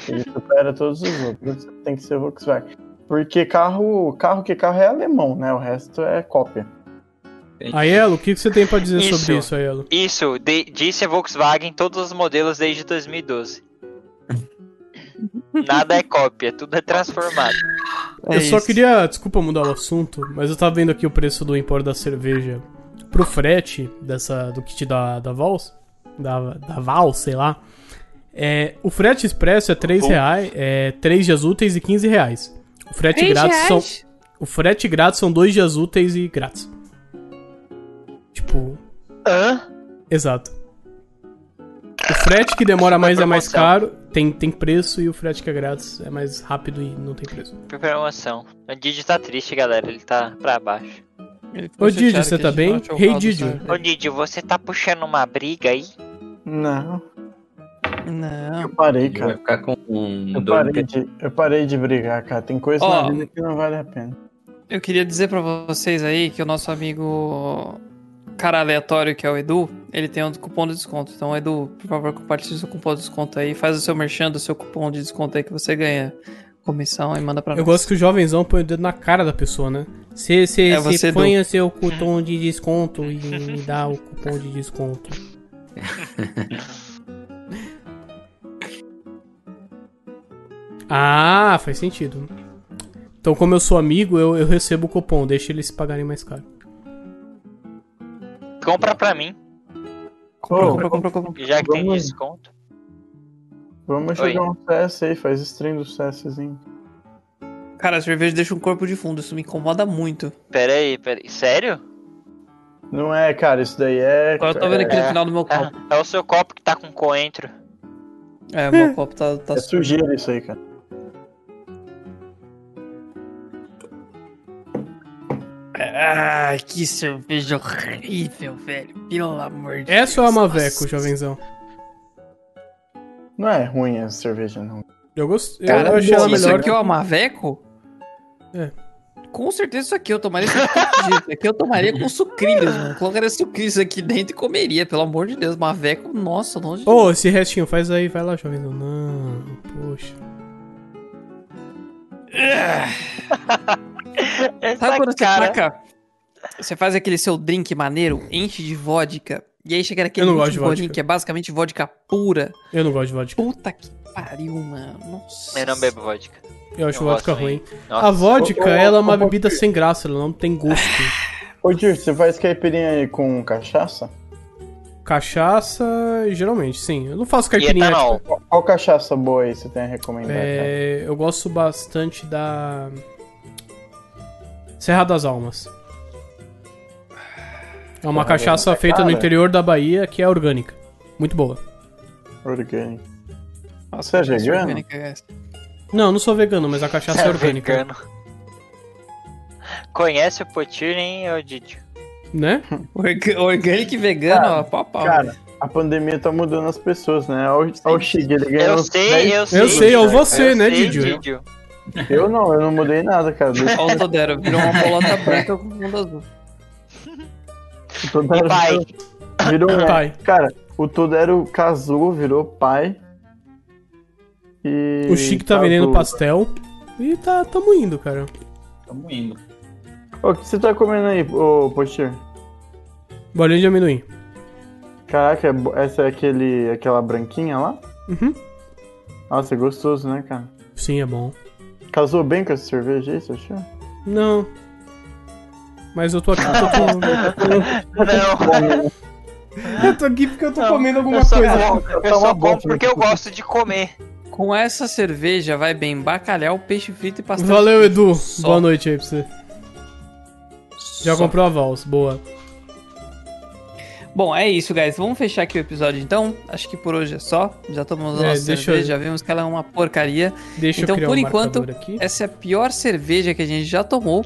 E: Ele supera todos os outros. Tem que ser Volkswagen. Porque carro, carro que carro é alemão, né? O resto é cópia.
C: Aiello, o que, que você tem pra dizer
F: Isso.
C: sobre isso, Aiello?
F: Isso, de- disse a Volkswagen todos os modelos desde 2012. Nada é cópia, tudo é transformado.
A: É
C: eu só
A: isso.
C: queria, desculpa mudar o assunto, mas eu tava vendo aqui o preço do import da cerveja pro frete dessa do kit da, da Vals, da, da Vals, sei lá. É, o frete expresso é 3 reais, é 3 dias úteis e 15 reais. O frete
A: Três
C: grátis são
A: reais?
C: o frete grátis são 2 dias úteis e grátis. Tipo,
F: Hã?
C: exato. O frete que demora mais é mais
F: promoção.
C: caro, tem, tem preço, e o frete que é grátis é mais rápido e não tem preço.
F: Por promoção. O Didi tá triste, galera. Ele tá pra baixo.
H: Ele ficou
C: Ô, Didi,
H: chateado
C: você
H: que
C: tá
H: a gente
C: bem?
H: não achou o
C: Hey,
H: caldo
C: Didi.
H: certo.
F: Ô Didi, você tá puxando uma briga aí?
E: Não,
A: Não.
E: eu parei,
D: Ele vai
E: cara.
D: ficar com um
E: Eu
D: dor no
E: parei, de, eu parei de brigar, cara. Tem coisa
A: Ó.
E: na vida que não vale a pena.
A: Eu queria dizer pra vocês aí que o nosso amigo cara aleatório que é o Edu, ele tem um cupom de desconto. Então, Edu, por favor, compartilhe seu cupom de desconto aí, faz o seu merchan do seu cupom de desconto aí que você ganha comissão e manda pra
C: Eu
A: nós.
C: gosto que o jovenzão põe o dedo na cara da pessoa, né? Você se,
A: É, você
C: põe o seu cupom de desconto e me dá o cupom de desconto. ah, faz sentido. Então, como eu sou amigo, eu, eu recebo o cupom, deixa eles pagarem mais caro.
F: Compra pra mim,
E: Ô,
A: Compra, compra, compra.
F: já que tem
E: Vamos.
F: desconto.
E: vamos
F: Oi.
E: jogar um CS aí, faz stream do CSzinho.
A: Cara, a cerveja deixa um corpo de fundo, isso me incomoda muito.
F: Pera aí, pera aí. Sério?
E: Não é, cara, isso daí é.
A: Agora eu tô vendo aqui no final do meu copo.
F: É, é o seu copo que tá com coentro.
A: É, meu copo tá, tá
E: É sujeira isso aí, cara.
A: Ai, Ah, que cerveja horrível, velho. Pelo amor de
C: Essa é o
A: Deus.
C: Amaveco,
A: Nossa.
C: jovenzão.
E: Não é ruim essa cerveja, não.
C: Eu gostei.
A: Cara,
C: Eu achei ela
A: isso
C: melhor.
A: aqui é o Amaveco?
C: É.
A: Com certeza isso aqui eu tomaria isso aqui todo dia. Isso aqui eu tomaria com sucrilhos,
E: É.
A: mano. Colocaria sucrilhos aqui dentro e comeria, pelo amor de Deus. Maveco, nossa, longe de
C: Ô, esse restinho, faz aí, vai lá, jovenzão. Não, poxa.
F: Essa
C: tá
A: Sabe quando
F: cara...
A: você tá taca? Você faz aquele seu drink maneiro, enche de vodka, e aí chega naquele
C: Eu não gosto de
A: último golinho
C: vodka.
A: que é basicamente vodka pura.
C: Eu não gosto de vodka.
A: Puta que pariu, mano. Nossa.
F: Eu não bebo vodka.
C: Eu acho
F: Eu
C: vodka
F: gosto,
C: ruim.
F: hein?
C: A vodka,
E: Ô, ô,
C: ela é uma
E: ô,
C: bebida sem graça, ela não tem gosto.
E: Ô, Dir, você faz caipirinha aí com cachaça?
C: Cachaça, geralmente, sim. Eu não faço
F: E é
C: caipirinha.
F: etanol.
E: Qual- Qual cachaça boa aí você tem a
C: tipo,
E: recomendar? cara?
C: é, eu gosto bastante da. Serra das Almas. É uma
E: Porra,
C: cachaça
E: cara.
C: feita no interior da Bahia que é orgânica. Muito boa.
E: Orgânico.
A: Nossa,
E: Você é
A: cachaça
E: vegano?
A: orgânica, essa.
C: Não, eu não sou vegano, mas a cachaça é orgânica.
F: Vegano. Conhece o Potir, hein, ô Didi?
C: Né?
A: Orga- Orgânico e vegano, ó, pau a
F: é
A: pau.
E: Cara, a pandemia tá mudando as pessoas, né? Olha o- olha o Chig, ele ganhou.
F: Eu
E: uns
F: sei,
E: 10
F: eu sei.
C: Eu sei, é
E: eu
C: você,
F: Eu
C: né,
F: sei,
C: Didi?
E: Eu não, eu não mudei nada, cara. Deixa
A: Olha o Todero, virou uma bolota branca com fundo azul.
E: o Todero.
F: E pai.
E: Virou
C: Pai.
E: pai. Cara, o Todero casou, virou pai. E.
C: O Chico tá vendendo pastel. E tá, tamo indo, cara.
D: Tamo indo.
E: Ô, O que você tá comendo aí, ô Pochir?
C: Bolinha de amendoim.
E: Caraca, é bo- essa é aquele, aquela branquinha lá?
C: Uhum.
E: Nossa, é gostoso, né, cara?
C: Sim, é bom.
E: Casou bem com essa cerveja aí, você achou?
C: Não. Mas eu tô aqui, tô com-
F: Não,
C: Eu tô aqui porque eu tô
F: Não,
C: comendo alguma
F: eu só,
C: coisa.
F: eu,
E: Tá
F: eu
E: uma
F: só
E: bosta,
F: compro porque eu gosto de comer.
A: Com essa cerveja vai bem bacalhau, peixe frito e pastel.
C: Valeu, Edu.
A: Só.
C: Boa noite aí pra você. Já
A: Só.
C: comprou a Vals, boa.
A: Bom, é isso, guys. Vamos fechar aqui o episódio então. Acho que por hoje é só. Já tomamos a
C: É,
A: nossa
C: deixa
A: cerveja,
C: eu-
A: já vimos que ela é uma porcaria.
C: Deixa
A: Então,
C: eu criar
A: por
C: um
A: enquanto,
C: marcador aqui.
A: Essa é a pior cerveja que a gente já tomou,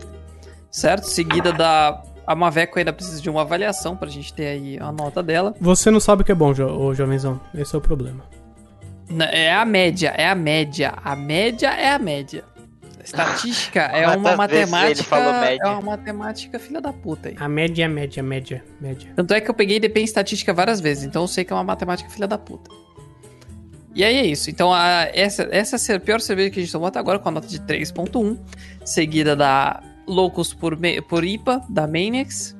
A: certo? Seguida da. A Maveco ainda precisa de uma avaliação pra gente ter aí a nota dela.
C: Você não sabe o que é bom, jo ô, jovenzão. Esse é o problema.
A: Na- É a média, é a média. A média é a média. Estatística é uma
F: Quantas vezes ele
A: matemática.
F: falou média?
A: É uma matemática filha da puta aí.
C: A média, média, média, média.
A: Tanto é que eu peguei DP em estatística várias vezes, então eu sei que é uma matemática filha da puta. E aí é isso. Então, a- essa, essa é a pior cerveja que a gente tomou até agora, com a nota de 3.1, seguida da Loucos por, Me- por IPA, da Maniacs.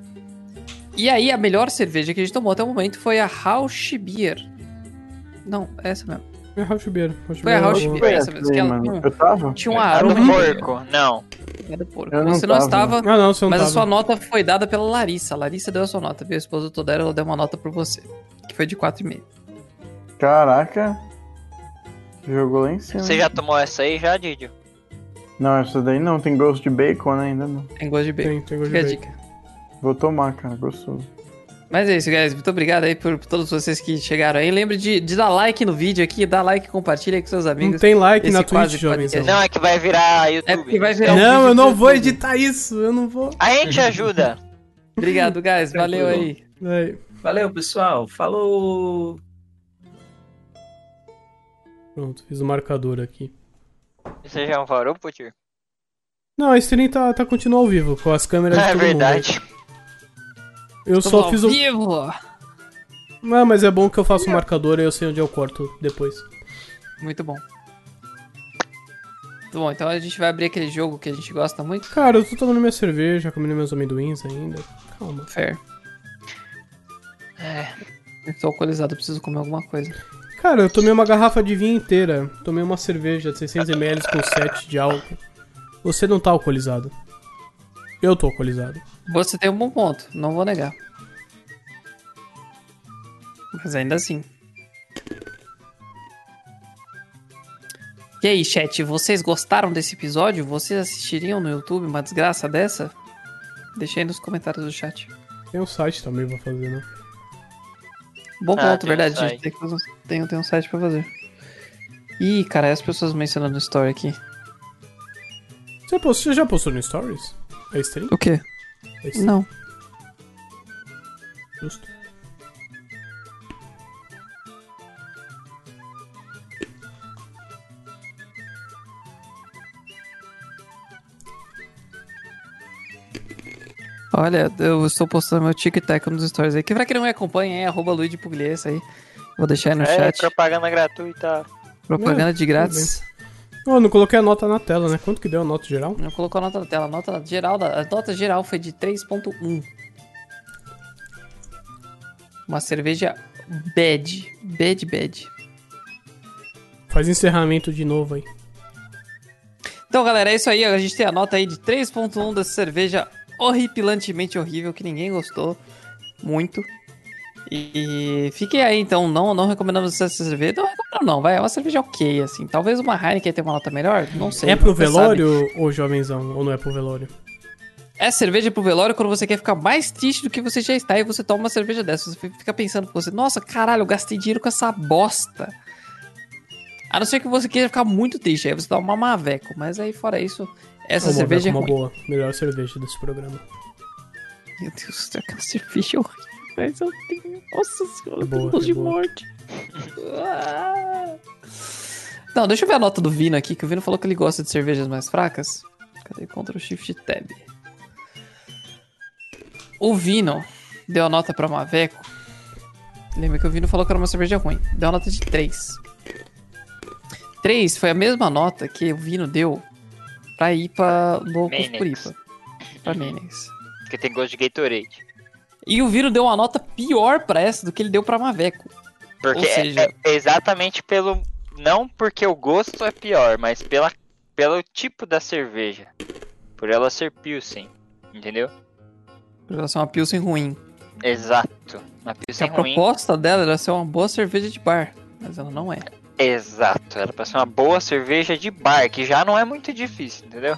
A: E aí, a melhor cerveja que a gente tomou até o momento foi a Rausch Beer. Não, essa mesmo.
C: É Rauschbeer.
A: Foi a Rausch
E: Não
A: Beer,
E: foi
A: é essa
E: essa
A: mesmo,
E: aí,
A: que ela
E: mano.
A: tinha
E: Eu tava?
A: Tinha um
F: Ah,
A: aroma
F: do
A: de-
F: porco, não.
A: Era porco.
E: Eu não
A: Você não estava,
E: tava.
C: Ah, não, você não
A: mas a
C: tava.
A: sua nota foi dada pela Larissa. A Larissa deu a sua nota. Minha esposa Todera, ela deu uma nota pra você, que foi de 4,5.
E: Caraca. Jogou lá em cima.
F: Você já tomou essa aí já, Didio?
E: Não, essa daí não, tem gosto de bacon né? ainda não.
A: Tem É gosto de bacon.
C: Tem, tem gosto
A: Fica
C: de
A: a
C: bacon.
A: dica.
E: Vou tomar, cara, gostoso.
A: Mas é isso, guys. Muito obrigado aí por, por todos vocês que chegaram aí. Lembre de, de dar like no vídeo aqui, dar like, compartilha aí com seus
C: Não
A: amigos.
C: tem like
A: esse
C: na
A: quase
C: Twitch, jovens.
A: podcast.
F: Não, é que vai virar
A: É
F: YouTube.
A: porque vai virar um
C: Não,
A: vídeo
C: eu não
A: pro
C: vou
A: YouTube.
C: editar isso, eu não vou.
F: A gente ajuda.
A: Obrigado, guys. Valeu aí.
C: Aí,
D: Valeu, pessoal. Falou!
C: pronto, fiz o marcador aqui.
F: Você já é um parou, Putir?
C: Não, a stream tá, tá continua ao vivo, com as câmeras de
F: É
C: todo mundo aí.
F: verdade. Tá
C: Eu
A: Estamos
C: só
A: ao
C: fiz o.
A: vivo.
C: Ah, mas é bom que eu faço o marcador e eu sei onde eu corto depois.
A: Muito bom. Muito bom, então a gente vai abrir aquele jogo que a gente gosta muito.
C: Cara, eu tô tomando minha cerveja, comendo meus amendoins ainda. Calma.
A: Fair. É. Eu tô alcoolizado, eu preciso comer alguma coisa.
C: Cara, eu tomei uma garrafa de vinho inteira. Tomei uma cerveja de 600ml com 7 de álcool. Você não tá alcoolizado. Eu tô alcoolizado.
A: Você tem um bom ponto, não vou negar. Mas ainda assim. E aí, chat, vocês gostaram desse episódio? Vocês assistiriam no YouTube uma desgraça dessa? Deixa aí nos comentários do chat.
C: Tem um site também pra fazer, né?
A: Bom
F: Ah,
A: ponto,
F: tem um
A: verdade. gente.
F: site.
A: Tem que fazer um- tem, tem um site pra fazer. Ih, cara, as pessoas mencionando story aqui.
C: Você, post- você já postou no Stories? É stream?
A: O quê?
C: É stream,
A: Não.
C: justo.
A: Olha, eu estou postando meu Tic Tac nos stories aí. Que pra quem não me acompanha, é arroba Luigi Pugliese aí. Vou deixar aí no
F: É,
A: chat.
F: propaganda gratuita.
A: Propaganda de grátis.
C: Oh, não coloquei a nota na tela, né? Quanto que deu a nota geral?
A: Não colocou a nota na tela. A nota geral, da- a nota geral foi de 3.1. Uma cerveja bad. Bad, bad.
C: Faz encerramento de novo aí.
A: Então, galera, é isso aí. A gente tem a nota aí de 3.1 dessa cerveja horripilantemente horrível que ninguém gostou muito. E fiquem aí, então. Não, não recomendamos essa cerveja. Não recomendo, não, vai. É uma cerveja ok, assim. Talvez uma Heineken tenha uma nota melhor. Não sei.
C: é pro
A: você sabe.
C: velório, ô jovenzão? Ou não é pro velório?
A: É cerveja pro velório quando você quer ficar mais triste do que você já está e você toma uma cerveja dessa. Você fica pensando pra você, nossa, caralho, eu gastei dinheiro com essa bosta. A não ser que você queira ficar muito triste, aí você toma uma Maveco. Mas aí, fora isso, essa
C: Vamos ver
A: cerveja é
C: com uma
A: ruim.
C: boa. Melhor cerveja desse programa.
A: Meu Deus do céu, aquela cerveja é horrível. Mas eu tenho. Nossa senhora,
C: É
A: eu tenho
C: boa,
A: gosto
C: é
A: de
C: boa.
A: morte. Ah. Não, deixa eu ver a nota do Vino aqui, que o Vino falou que ele gosta de cervejas mais fracas. Cadê Ctrl Shift Tab? O Vino deu a nota pra Maveco. Lembra que o Vino falou que era uma cerveja ruim. Deu a nota de 3. 3 foi a mesma nota que o Vino deu pra IPA Loucos por
F: Menex.
A: IPA. Pra Menex.
F: Porque tem gosto de Gatorade.
A: E o Vino deu uma nota pior pra essa do que ele deu pra Maveco.
F: Porque
A: Ou
F: é-
A: seja-
F: é exatamente pelo. Não porque o gosto é pior, mas pela, pelo tipo da cerveja. Por ela ser Pilsen. Entendeu?
A: Por ela ser uma Pilsen ruim.
F: Exato. Uma
A: Se
F: Pilsen
A: a
F: É ruim.
A: proposta dela era ser uma boa cerveja de bar. Mas ela não é.
F: Exato. Ela pra ser uma boa cerveja de bar, que já não é muito difícil, entendeu?